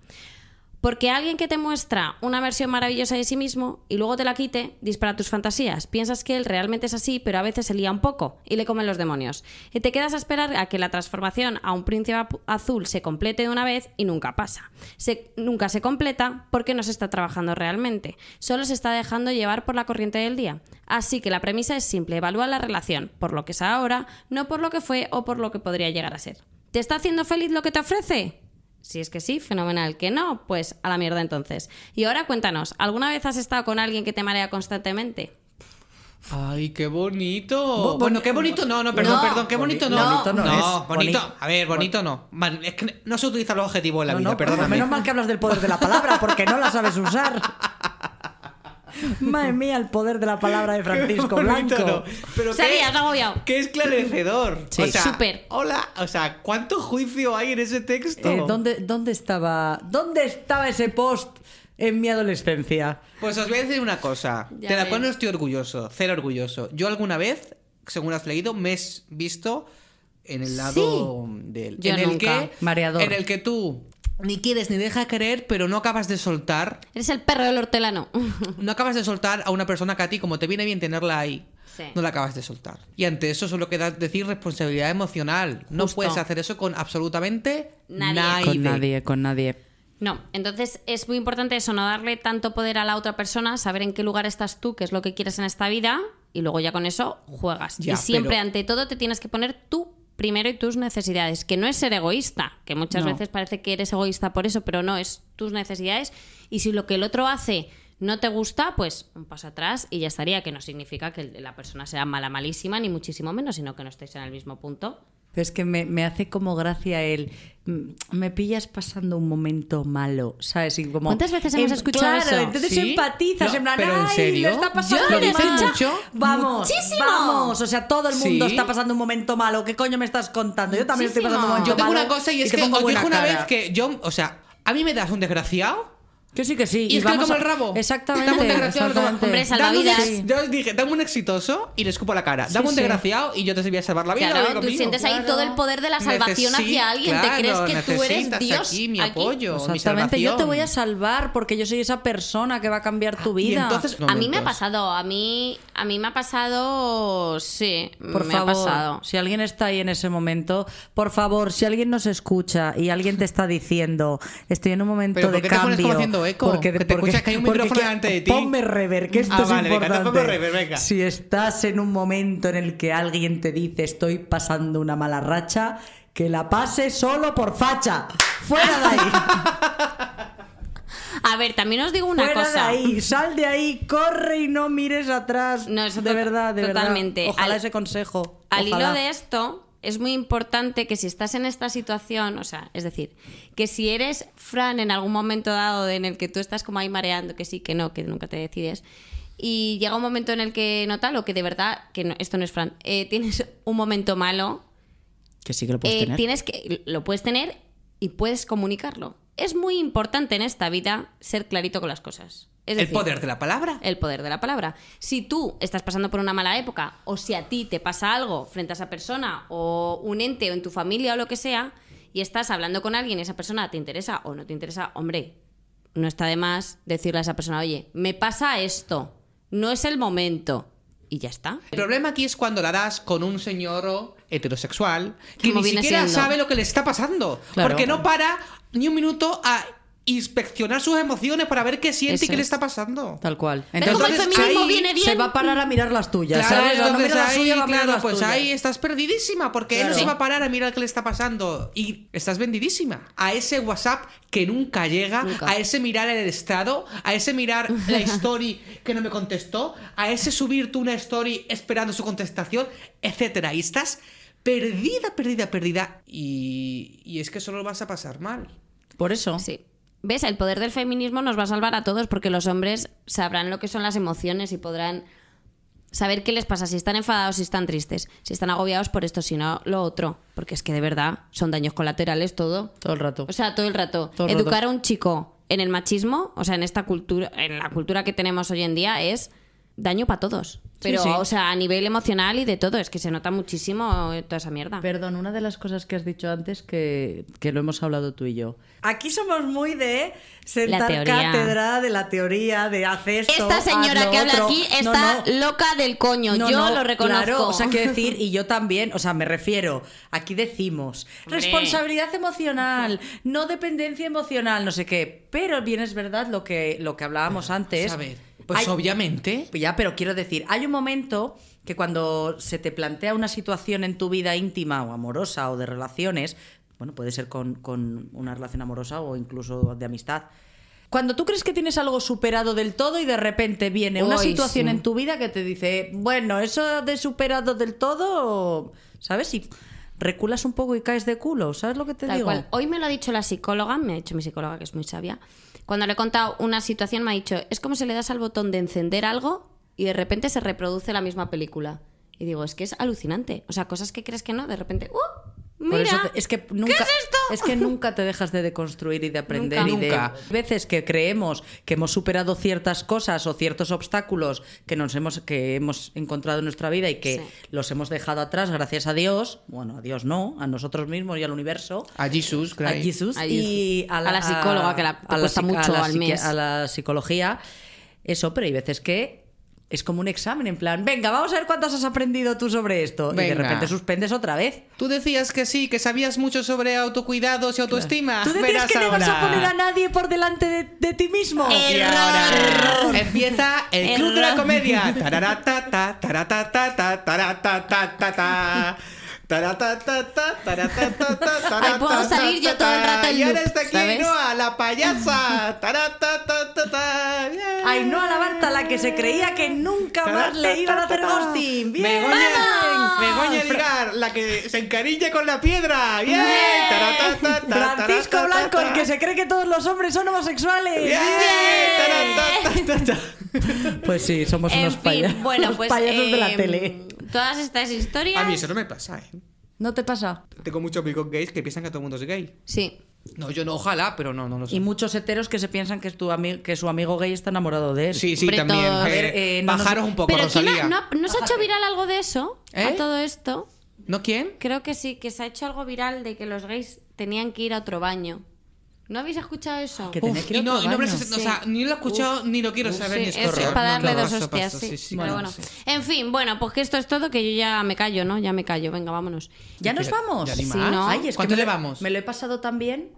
Speaker 5: Porque alguien que te muestra una versión maravillosa de sí mismo y luego te la quite, dispara tus fantasías. Piensas que él realmente es así, pero a veces se lía un poco y le comen los demonios. Y te quedas a esperar a que la transformación a un príncipe ap- azul se complete de una vez y nunca pasa. Se- nunca se completa porque no se está trabajando realmente. Solo se está dejando llevar por la corriente del día. Así que la premisa es simple, evalúa la relación, por lo que es ahora, no por lo que fue o por lo que podría llegar a ser. ¿Te está haciendo feliz lo que te ofrece? Si es que sí, fenomenal. Que no, pues a la mierda entonces. Y ahora cuéntanos, ¿alguna vez has estado con alguien que te marea constantemente?
Speaker 4: Ay, qué bonito.
Speaker 3: Bo-
Speaker 4: bueno,
Speaker 3: boni-
Speaker 4: qué bonito no, no, perdón,
Speaker 3: No.
Speaker 4: perdón, qué bonito no.
Speaker 3: Boni- bonito no es.
Speaker 4: bonito.
Speaker 3: Boni-
Speaker 4: A ver, bonito no. Man, es que no se utilizan los adjetivos en la
Speaker 3: No,
Speaker 4: vida,
Speaker 3: no,
Speaker 4: perdóname.
Speaker 3: menos mal que hablas del poder de la palabra, porque no la sabes usar. Madre mía, el poder de la palabra de
Speaker 4: [LAUGHS]
Speaker 3: Francisco
Speaker 4: Bonito
Speaker 3: Blanco.
Speaker 4: no. Pero
Speaker 5: Sabías, lo
Speaker 4: qué,
Speaker 5: hago yo.
Speaker 4: qué esclarecedor.
Speaker 3: Sí.
Speaker 4: o sea,
Speaker 5: Súper.
Speaker 4: Hola, o sea, ¿cuánto juicio hay en ese texto?
Speaker 3: Eh, ¿dónde, ¿Dónde estaba dónde estaba ese post en mi adolescencia?
Speaker 4: Pues os voy a decir una cosa.
Speaker 5: Ya
Speaker 4: Te la
Speaker 5: ves.
Speaker 4: pones, estoy orgulloso, cero orgulloso. Yo alguna vez, según has leído, me has visto en el lado del.
Speaker 5: Yo
Speaker 4: en el
Speaker 5: nunca.
Speaker 4: que.
Speaker 3: Mareador.
Speaker 4: En el que tú ni quieres ni dejas querer, pero no acabas de soltar.
Speaker 5: Eres el perro del hortelano. [LAUGHS]
Speaker 4: No acabas de soltar a una persona que a ti, como te viene bien tenerla ahí,
Speaker 5: Sí.
Speaker 4: no la acabas de soltar. Y ante eso solo queda decir responsabilidad emocional. No
Speaker 5: Justo.
Speaker 4: puedes hacer eso con absolutamente
Speaker 5: Nadie.
Speaker 3: Con nadie, con nadie.
Speaker 5: No, entonces es muy importante eso, no darle tanto poder a la otra persona, saber en qué lugar estás tú, qué es lo que quieres en esta vida, y luego ya con eso juegas.
Speaker 4: Ya,
Speaker 5: y siempre,
Speaker 4: pero-
Speaker 5: ante todo, te tienes que poner tú primero y tus necesidades, que no es ser egoísta, que muchas
Speaker 3: No.
Speaker 5: veces parece que eres egoísta por eso, pero no, es tus necesidades. Y si lo que el otro hace no te gusta, pues un paso atrás y ya estaría, que no significa que la persona sea mala, malísima, ni muchísimo menos, sino que no estéis en el mismo punto.
Speaker 3: Pero es que me, me hace como gracia el. mm, Me pillas pasando un momento malo, ¿sabes? Y como,
Speaker 5: ¿Cuántas veces hemos escuchado
Speaker 3: claro,
Speaker 5: eso?
Speaker 3: Entonces
Speaker 4: Sí.
Speaker 3: empatizas,
Speaker 4: No,
Speaker 3: en plan,
Speaker 4: pero ¿en
Speaker 3: ¡ay!
Speaker 4: serio?
Speaker 3: Lo está pasando
Speaker 5: Yo lo he
Speaker 3: mal".
Speaker 4: escuchado
Speaker 3: Vamos,
Speaker 5: muchísimo.
Speaker 3: vamos. O sea, todo el mundo
Speaker 4: Sí.
Speaker 3: está pasando un momento malo. ¿Qué coño me estás contando? Yo también estoy pasando un
Speaker 5: Muchísimo.
Speaker 3: momento
Speaker 4: Yo tengo
Speaker 3: malo
Speaker 4: una cosa y es
Speaker 3: te
Speaker 4: que
Speaker 3: pongo
Speaker 4: os
Speaker 3: buena
Speaker 4: digo una
Speaker 3: cara.
Speaker 4: vez que yo, o sea, a mí me das un desgraciado.
Speaker 3: Que sí, que sí.
Speaker 4: Y es que
Speaker 3: vamos
Speaker 4: como
Speaker 3: a-
Speaker 4: el rabo.
Speaker 3: Exactamente.
Speaker 4: Dame un desgraciado,
Speaker 3: exactamente.
Speaker 4: Dame
Speaker 5: Hombre,
Speaker 4: un
Speaker 5: salvavidas.
Speaker 4: ex- yo os dije, dame un exitoso y le escupo la cara. Dame un
Speaker 3: sí.
Speaker 4: desgraciado y yo te voy a salvar la vida.
Speaker 5: Claro,
Speaker 4: amigo
Speaker 5: tú
Speaker 4: mío.
Speaker 5: sientes ahí
Speaker 3: claro.
Speaker 5: todo el poder de la salvación
Speaker 4: Necesi-
Speaker 5: hacia alguien.
Speaker 4: claro,
Speaker 5: Te crees que tú eres
Speaker 4: necesitas
Speaker 5: Dios.
Speaker 4: aquí mi
Speaker 5: aquí?
Speaker 4: apoyo, mi
Speaker 3: Exactamente, yo te
Speaker 4: salvación.
Speaker 3: voy a salvar porque yo soy esa persona que va a cambiar tu vida.
Speaker 4: Ah, Y entonces,
Speaker 5: A mí me ha
Speaker 4: momentos.
Speaker 5: pasado, a mí, a mí me ha pasado, sí,
Speaker 3: Por
Speaker 5: me
Speaker 3: favor,
Speaker 5: ha pasado.
Speaker 3: si alguien está ahí en ese momento, por favor, si alguien nos escucha y alguien te está diciendo, estoy en un momento
Speaker 4: Pero ¿por
Speaker 3: de
Speaker 4: qué te pones
Speaker 3: cambio,
Speaker 4: como haciendo eco? Que te escuchas que hay un
Speaker 3: porque-
Speaker 4: micrófono
Speaker 3: que-
Speaker 4: delante de ti.
Speaker 3: Ponme rever, que esto
Speaker 4: Ah,
Speaker 3: es
Speaker 4: vale, venga, te
Speaker 3: importante.
Speaker 4: pongo rever, venga.
Speaker 3: Si estás en un momento en el que alguien te dice, estoy pasando una mala racha, que la pase solo por facha. Fuera de ahí.
Speaker 5: A ver, también os digo [LAUGHS] una
Speaker 3: Fuera
Speaker 5: cosa.
Speaker 3: de ahí, sal de ahí, corre y no mires atrás.
Speaker 5: No, eso
Speaker 3: de
Speaker 5: to-
Speaker 3: verdad, de
Speaker 5: totalmente.
Speaker 3: verdad. Ojalá
Speaker 5: Al-
Speaker 3: ese consejo.
Speaker 5: Al
Speaker 3: ojalá.
Speaker 5: hilo de esto, es muy importante que si estás en esta situación, o sea, es decir, que si eres Fran en algún momento dado en el que tú estás como ahí mareando, que sí, que no, que nunca te decides, y llega un momento en el que no tal, o que de verdad, que no- esto no es Fran, eh, tienes un momento malo,
Speaker 3: Que sí que lo puedes
Speaker 5: eh,
Speaker 3: tener.
Speaker 5: tienes que lo puedes tener y puedes comunicarlo. Es muy importante en esta vida ser clarito con las cosas. Es
Speaker 4: El
Speaker 5: decir,
Speaker 4: poder de la palabra.
Speaker 5: el poder de la palabra. Si tú estás pasando por una mala época o si a ti te pasa algo frente a esa persona o un ente o en tu familia o lo que sea y estás hablando con alguien y esa persona te interesa o no te interesa, hombre, no está de más decirle a esa persona, oye, me pasa esto, no es el momento y ya está.
Speaker 4: El problema aquí es cuando la das con un señor heterosexual que
Speaker 5: Como
Speaker 4: ni
Speaker 5: viene
Speaker 4: siquiera
Speaker 5: siendo.
Speaker 4: sabe lo que le está pasando.
Speaker 3: Claro.
Speaker 4: Porque no para ni un minuto a inspeccionar sus emociones para ver qué siente y
Speaker 5: Eso
Speaker 4: qué le
Speaker 5: es.
Speaker 4: está pasando.
Speaker 3: Tal cual.
Speaker 5: ¿Ves cómo el feminismo
Speaker 3: ahí
Speaker 5: viene bien?
Speaker 3: Se va a parar a mirar las tuyas, ¿sabes? No
Speaker 4: entonces
Speaker 3: mira las
Speaker 4: ahí,
Speaker 3: suyas, va a mirar
Speaker 4: claro,
Speaker 3: las
Speaker 4: pues
Speaker 3: tuyas.
Speaker 4: ahí estás perdidísima porque él
Speaker 3: Claro.
Speaker 4: no se va a parar a mirar qué le está pasando y estás vendidísima a ese WhatsApp que nunca llega,
Speaker 5: Nunca.
Speaker 4: a ese mirar el estado, a
Speaker 3: [LAUGHS]
Speaker 4: ese mirar la story que no me contestó, a ese subir tú una story esperando su contestación, etcétera. Y estás perdida, perdida, perdida y, y es que solo lo vas a pasar mal.
Speaker 3: Por eso.
Speaker 5: Sí. ¿Ves? El poder del feminismo nos va a salvar a todos porque los hombres sabrán lo que son las emociones y podrán saber qué les pasa, si están enfadados, si están tristes, si están agobiados por esto, si no, lo otro. Porque es que de verdad son daños colaterales todo.
Speaker 3: Todo el rato.
Speaker 5: O sea, todo el rato.
Speaker 3: Todo el rato.
Speaker 5: Educar a un chico en el machismo, o sea, en esta cultura, en la cultura que tenemos hoy en día, es daño para todos. Pero,
Speaker 3: sí.
Speaker 5: o sea, a nivel emocional y de todo, es que se nota muchísimo eh, toda esa mierda.
Speaker 3: Perdón, una de las cosas que has dicho antes que, que lo hemos hablado tú y yo. Aquí somos muy de
Speaker 5: La
Speaker 3: sentar
Speaker 5: teoría.
Speaker 3: cátedra de la teoría, de hacer esto.
Speaker 5: Esta señora
Speaker 3: haz
Speaker 5: que
Speaker 3: lo
Speaker 5: habla
Speaker 3: otro.
Speaker 5: aquí
Speaker 3: No,
Speaker 5: está
Speaker 3: no.
Speaker 5: loca del coño,
Speaker 3: No,
Speaker 5: yo
Speaker 3: no,
Speaker 5: lo reconozco.
Speaker 3: Claro, o sea, quiero decir, y yo también, o sea, me refiero, aquí decimos
Speaker 5: [LAUGHS] Hombre.
Speaker 3: responsabilidad emocional, no dependencia emocional, no sé qué, pero bien es verdad lo que, lo que hablábamos antes.
Speaker 4: A ver, pues
Speaker 3: Hay-
Speaker 4: obviamente.
Speaker 3: pues Ya, pero quiero decir, hay un momento que cuando se te plantea una situación en tu vida íntima o amorosa o de relaciones, bueno, puede ser con, con una relación amorosa o incluso de amistad. Cuando tú crees que tienes algo superado del todo y de repente viene una
Speaker 5: Uy,
Speaker 3: situación
Speaker 5: sí.
Speaker 3: en tu vida que te dice, bueno, eso de superado del todo, ¿sabes? Y reculas un poco y caes de culo, ¿sabes lo que te
Speaker 5: Tal
Speaker 3: digo?
Speaker 5: cual. Hoy me lo ha dicho la psicóloga, me ha dicho mi psicóloga que es muy sabia. Cuando le he contado una situación me ha dicho, es como si le das al botón de encender algo y de repente se reproduce la misma película. Y digo, es que es alucinante. O sea, cosas que crees que no, de repente, ¡uh!
Speaker 3: Por
Speaker 5: Mira,
Speaker 3: eso te- es que nunca,
Speaker 5: ¿qué es esto?
Speaker 3: es que nunca te dejas de deconstruir y de aprender.
Speaker 5: Nunca.
Speaker 3: Y de
Speaker 4: Nunca.
Speaker 3: veces que creemos que hemos superado ciertas cosas o ciertos obstáculos que nos hemos, que hemos encontrado en nuestra vida y que
Speaker 5: Sí.
Speaker 3: los hemos dejado atrás, gracias a Dios, bueno, a Dios no, a nosotros mismos y al universo.
Speaker 4: A Jesús,
Speaker 3: A
Speaker 4: Christ.
Speaker 3: Jesús
Speaker 5: A
Speaker 3: y
Speaker 5: Jesús.
Speaker 3: a la,
Speaker 5: A la psicóloga, que la- te cuesta
Speaker 3: psic-
Speaker 5: mucho
Speaker 3: la
Speaker 5: al
Speaker 3: psiqui-
Speaker 5: mes.
Speaker 3: a la psicología. Eso, pero hay veces que es como un examen, en plan, venga, vamos a ver cuántas has aprendido tú sobre esto. Y de
Speaker 4: Venga.
Speaker 3: repente suspendes otra vez.
Speaker 4: Tú decías que sí, que sabías mucho sobre autocuidados y autoestima.
Speaker 3: Tú decías
Speaker 4: Verás
Speaker 3: que no ibas a
Speaker 4: ahora.
Speaker 3: poner a nadie por delante de, de ti mismo.
Speaker 4: Y
Speaker 5: Error.
Speaker 4: ahora empieza el
Speaker 5: Error.
Speaker 4: club de la
Speaker 5: [LAUGHS]
Speaker 4: comedia. Tararatata, taratatata, taratatata. Taratatata, taratatata,
Speaker 5: Ay, puedo salir yo todo el rato en
Speaker 4: Y ahora
Speaker 5: loop,
Speaker 4: está aquí
Speaker 5: ¿sabes?
Speaker 4: Ainhoa, la payasa. Taratatata.
Speaker 3: Ainhoa Labarta, la que se creía que nunca más le iban a hacer ghosting. ¡Bien!
Speaker 4: Begoña, Begoña Ligar, la que se encarilla con la piedra. Bien. Taratatata,
Speaker 3: Francisco Blanco, el que se cree que todos los hombres son homosexuales.
Speaker 4: Bien. Taratatata.
Speaker 3: Pues sí, somos
Speaker 5: en
Speaker 3: unos
Speaker 5: fin,
Speaker 3: paya-
Speaker 5: bueno,
Speaker 3: unos
Speaker 5: pues
Speaker 3: payasos de la
Speaker 5: em,
Speaker 3: tele.
Speaker 5: Todas estas historias.
Speaker 4: A mí eso no me pasa, ¿eh?
Speaker 3: ¿No te pasa?
Speaker 4: Tengo muchos amigos gays que piensan que todo el mundo es gay.
Speaker 5: Sí.
Speaker 4: No, yo no, ojalá, pero no, no lo sé.
Speaker 3: Y muchos heteros que se piensan que, tu ami- que su amigo gay está enamorado de él.
Speaker 4: Sí, sí,
Speaker 5: Hombre,
Speaker 4: también.
Speaker 5: todo-
Speaker 4: A ver,
Speaker 3: A ver, eh, no, no
Speaker 4: bajaros
Speaker 3: sé.
Speaker 4: un poco,
Speaker 5: Pero ¿quién ha-
Speaker 4: Rosalía.
Speaker 5: no, ha- no se ha hecho viral algo de eso?
Speaker 4: ¿Eh?
Speaker 5: A todo esto.
Speaker 4: ¿No quién?
Speaker 5: Creo que sí, que se ha hecho algo viral de que los gays tenían que ir a otro baño. ¿No habéis escuchado eso?
Speaker 3: Que tenía
Speaker 4: Uf,
Speaker 3: que ir a
Speaker 4: y no,
Speaker 3: otro
Speaker 4: y no me lo
Speaker 3: baño.
Speaker 4: sé- o sea, ni lo he escuchado, ni lo quiero saber,
Speaker 5: Sí,
Speaker 4: ni es
Speaker 5: eso,
Speaker 4: horror.
Speaker 5: para darle
Speaker 4: No,
Speaker 5: dos
Speaker 4: eso
Speaker 5: hostias,
Speaker 4: pasó,
Speaker 5: sí.
Speaker 4: sí, sí,
Speaker 5: Pero
Speaker 4: claro,
Speaker 5: bueno.
Speaker 4: sí.
Speaker 5: En fin, bueno, pues que esto es todo, que yo ya me callo, ¿no? Ya me callo, venga, vámonos.
Speaker 3: ¿Ya nos vamos?
Speaker 4: Ya ni
Speaker 5: Sí,
Speaker 4: más.
Speaker 5: ¿no?
Speaker 3: Ay, es que
Speaker 4: ¿Cuánto
Speaker 3: me lo-
Speaker 4: llevamos?
Speaker 3: Me lo he pasado también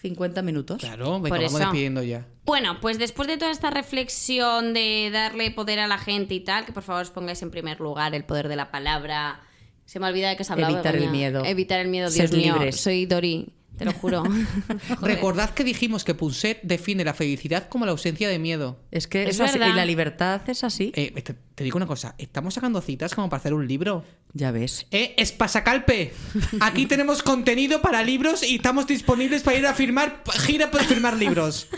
Speaker 3: 50 minutos.
Speaker 4: Claro, venga,
Speaker 5: Por
Speaker 4: vamos
Speaker 5: eso.
Speaker 4: despidiendo ya.
Speaker 5: Bueno, pues después de toda esta reflexión de darle poder a la gente y tal, que por favor os pongáis en primer lugar el poder de la palabra. Se me olvida de que os hablaba.
Speaker 3: Evitar el
Speaker 5: Begoña.
Speaker 3: miedo.
Speaker 5: Evitar el miedo,
Speaker 3: Ser
Speaker 5: Dios mío.
Speaker 3: libres.
Speaker 5: Soy Dori, te lo juro. [LAUGHS] Joder.
Speaker 4: Recordad que dijimos que Punset define la felicidad como la ausencia de miedo.
Speaker 3: Es que
Speaker 5: Es
Speaker 3: es así,
Speaker 5: verdad.
Speaker 3: y la libertad es así.
Speaker 4: Eh, te, te digo una cosa, estamos sacando citas como para hacer un libro.
Speaker 3: Ya ves.
Speaker 4: Eh, Espasacalpe, aquí tenemos contenido para libros y estamos disponibles para ir a firmar, gira por firmar libros.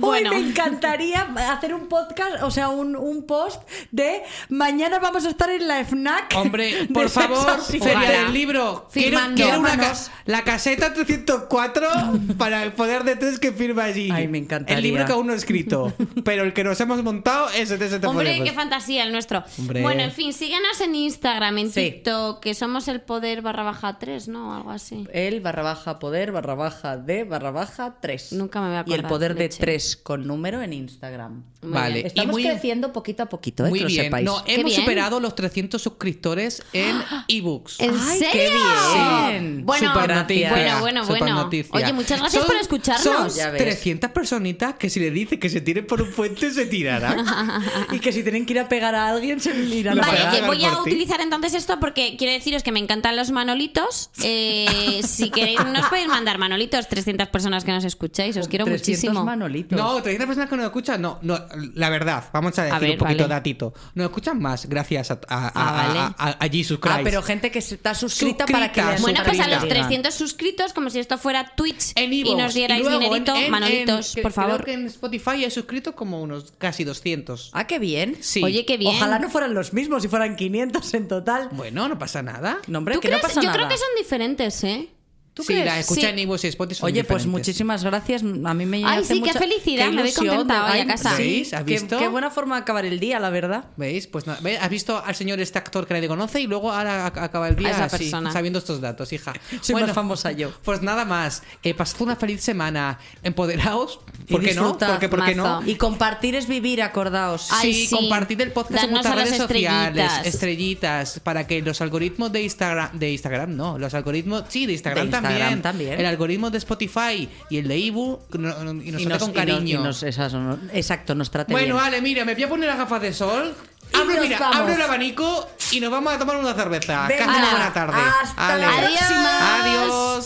Speaker 5: Bueno.
Speaker 3: Uy, me encantaría hacer un podcast, o sea, un, un post de mañana vamos a estar en la FNAC.
Speaker 4: [LAUGHS] Hombre,
Speaker 3: de
Speaker 4: por
Speaker 3: sexo
Speaker 4: favor,
Speaker 3: así".
Speaker 4: Feria
Speaker 5: Ojalá.
Speaker 4: del Libro. Quiero,
Speaker 5: Firmando.
Speaker 4: quiero una ca-
Speaker 5: Vámonos.
Speaker 4: la caseta [LAUGHS] 304 para el poder de tres que firma allí.
Speaker 3: Ay, me encantaría.
Speaker 4: El libro que aún no he [LAUGHS] escrito, pero el que nos hemos montado es el de ese
Speaker 5: Hombre, qué fantasía el nuestro.
Speaker 4: pues Hombre.
Speaker 5: Bueno, en fin, síguenos en Instagram, en
Speaker 3: Sí.
Speaker 5: TikTok, que somos el poder barra baja 3, ¿no? Algo así.
Speaker 3: El barra baja poder, barra baja de, barra baja 3.
Speaker 5: Nunca me voy a
Speaker 3: Y el
Speaker 5: acordar,
Speaker 3: poder de
Speaker 5: leche.
Speaker 3: 3 con número en Instagram.
Speaker 5: Muy
Speaker 4: Vale,
Speaker 5: bien.
Speaker 3: Estamos
Speaker 4: y muy,
Speaker 3: creciendo poquito a poquito, eh,
Speaker 4: muy
Speaker 3: que lo
Speaker 4: bien.
Speaker 3: sepáis.
Speaker 4: No,
Speaker 5: Qué
Speaker 4: hemos
Speaker 5: bien.
Speaker 4: superado los 300 suscriptores
Speaker 5: [GASPS]
Speaker 4: en ebooks.
Speaker 5: ¿En
Speaker 3: Ay,
Speaker 5: serio?
Speaker 3: qué bien.
Speaker 5: Bueno,
Speaker 4: Super
Speaker 3: noticia.
Speaker 5: bueno, bueno,
Speaker 4: super
Speaker 5: bueno.
Speaker 4: noticia.
Speaker 5: Oye, muchas gracias
Speaker 4: Son-
Speaker 5: por escucharnos.
Speaker 3: Ya
Speaker 4: Son
Speaker 3: ves.
Speaker 4: 300 personitas que si le dice que se tiren por un puente se
Speaker 5: [LAUGHS]
Speaker 4: tirarán.
Speaker 3: Y que si tienen que ir a pegar a alguien, se irán a
Speaker 4: Lo
Speaker 5: Vale,
Speaker 4: pagarán
Speaker 5: que
Speaker 3: pegar.
Speaker 5: voy
Speaker 4: por
Speaker 5: a
Speaker 4: ti.
Speaker 5: utilizar entonces esto porque quiero deciros que me encantan los manolitos.
Speaker 4: [LAUGHS]
Speaker 5: Eh, si queréis, nos podéis mandar manolitos, 300 personas que nos escucháis, os quiero
Speaker 3: 300
Speaker 5: muchísimo.
Speaker 3: manolitos. Ah,
Speaker 4: No, 300 personas que nos escuchan, no, no, la verdad, vamos a decir
Speaker 5: ver,
Speaker 4: un poquito
Speaker 5: vale.
Speaker 4: datito. Nos escuchan más gracias a, a, a,
Speaker 5: Ah, vale.
Speaker 4: a- a- a Jesus Christ.
Speaker 3: Ah, pero gente que se- está suscrita,
Speaker 4: Suscrita,
Speaker 3: para que les
Speaker 5: Bueno, pues a
Speaker 4: Suscrita.
Speaker 5: los 300 suscritos, como si esto fuera Twitch
Speaker 4: En
Speaker 5: y
Speaker 4: iVoox,
Speaker 5: nos dierais
Speaker 4: luego en-
Speaker 5: dinerito,
Speaker 4: en- en-
Speaker 5: manolitos,
Speaker 4: que-
Speaker 5: por favor.
Speaker 4: Creo que en Spotify he suscrito como unos casi 200.
Speaker 3: Ah, qué bien.
Speaker 4: Sí.
Speaker 5: Oye, qué bien.
Speaker 3: Ojalá no fueran los mismos, si fueran 500 en total.
Speaker 4: Bueno, no pasa nada.
Speaker 3: No, hombre,
Speaker 5: ¿Tú
Speaker 3: que
Speaker 5: crees?
Speaker 3: no pasa
Speaker 5: Yo
Speaker 3: nada.
Speaker 5: creo que son diferentes, ¿eh?
Speaker 3: ¿Tú
Speaker 4: sí,
Speaker 3: crees?
Speaker 4: la escucha
Speaker 5: Sí.
Speaker 4: en Ivo y Spotify. son
Speaker 3: Oye, pues
Speaker 4: diferentes.
Speaker 3: muchísimas gracias. A mí me
Speaker 5: Ay,
Speaker 3: hace
Speaker 5: sí, qué
Speaker 3: mucha-
Speaker 5: felicidad, me voy
Speaker 3: ilusión.
Speaker 5: contenta hoy a
Speaker 3: Ay,
Speaker 5: casa.
Speaker 4: ¿Veis? ¿Has
Speaker 3: qué-
Speaker 4: visto?
Speaker 3: qué buena forma de acabar el día, la verdad.
Speaker 4: ¿Veis? Pues nada. ¿Veis? ¿Has visto al señor este actor que nadie conoce y luego ahora ac- acaba el día
Speaker 5: A esa
Speaker 4: así,
Speaker 5: persona.
Speaker 4: sabiendo estos datos, hija?
Speaker 3: [LAUGHS] Soy más famosa yo.
Speaker 4: Pues nada más. Eh, pasad una feliz semana. Empoderaos.
Speaker 3: Y
Speaker 4: ¿Por qué no?
Speaker 3: disfrutad,
Speaker 4: Porque, ¿por qué no?
Speaker 5: mazo.
Speaker 3: Y compartir es vivir, acordaos.
Speaker 5: Ay,
Speaker 4: sí,
Speaker 5: sí.
Speaker 4: compartid el podcast en
Speaker 5: Danos
Speaker 4: vuestras
Speaker 5: a las
Speaker 4: redes sociales,
Speaker 5: estrellitas.
Speaker 4: estrellitas, para que los algoritmos de Instagram, de Instagram no, los algoritmos, sí, de Instagram,
Speaker 3: De Instagram
Speaker 4: también,
Speaker 3: también.
Speaker 4: el algoritmo de Spotify y el de Ibu, no- no- y nos trata con
Speaker 3: y nos-
Speaker 4: cariño.
Speaker 3: y nos- esas son- exacto, nos trate
Speaker 4: bueno,
Speaker 3: bien.
Speaker 4: Ale, mira, me voy a poner las gafas de sol.
Speaker 3: Y
Speaker 4: Abro,
Speaker 3: nos
Speaker 4: mira,
Speaker 3: vamos.
Speaker 4: abro el abanico y nos vamos a tomar una cerveza.
Speaker 3: Venga,
Speaker 4: Casi buena tarde.
Speaker 3: hasta la
Speaker 4: Ale.
Speaker 5: próxima.
Speaker 4: Adiós.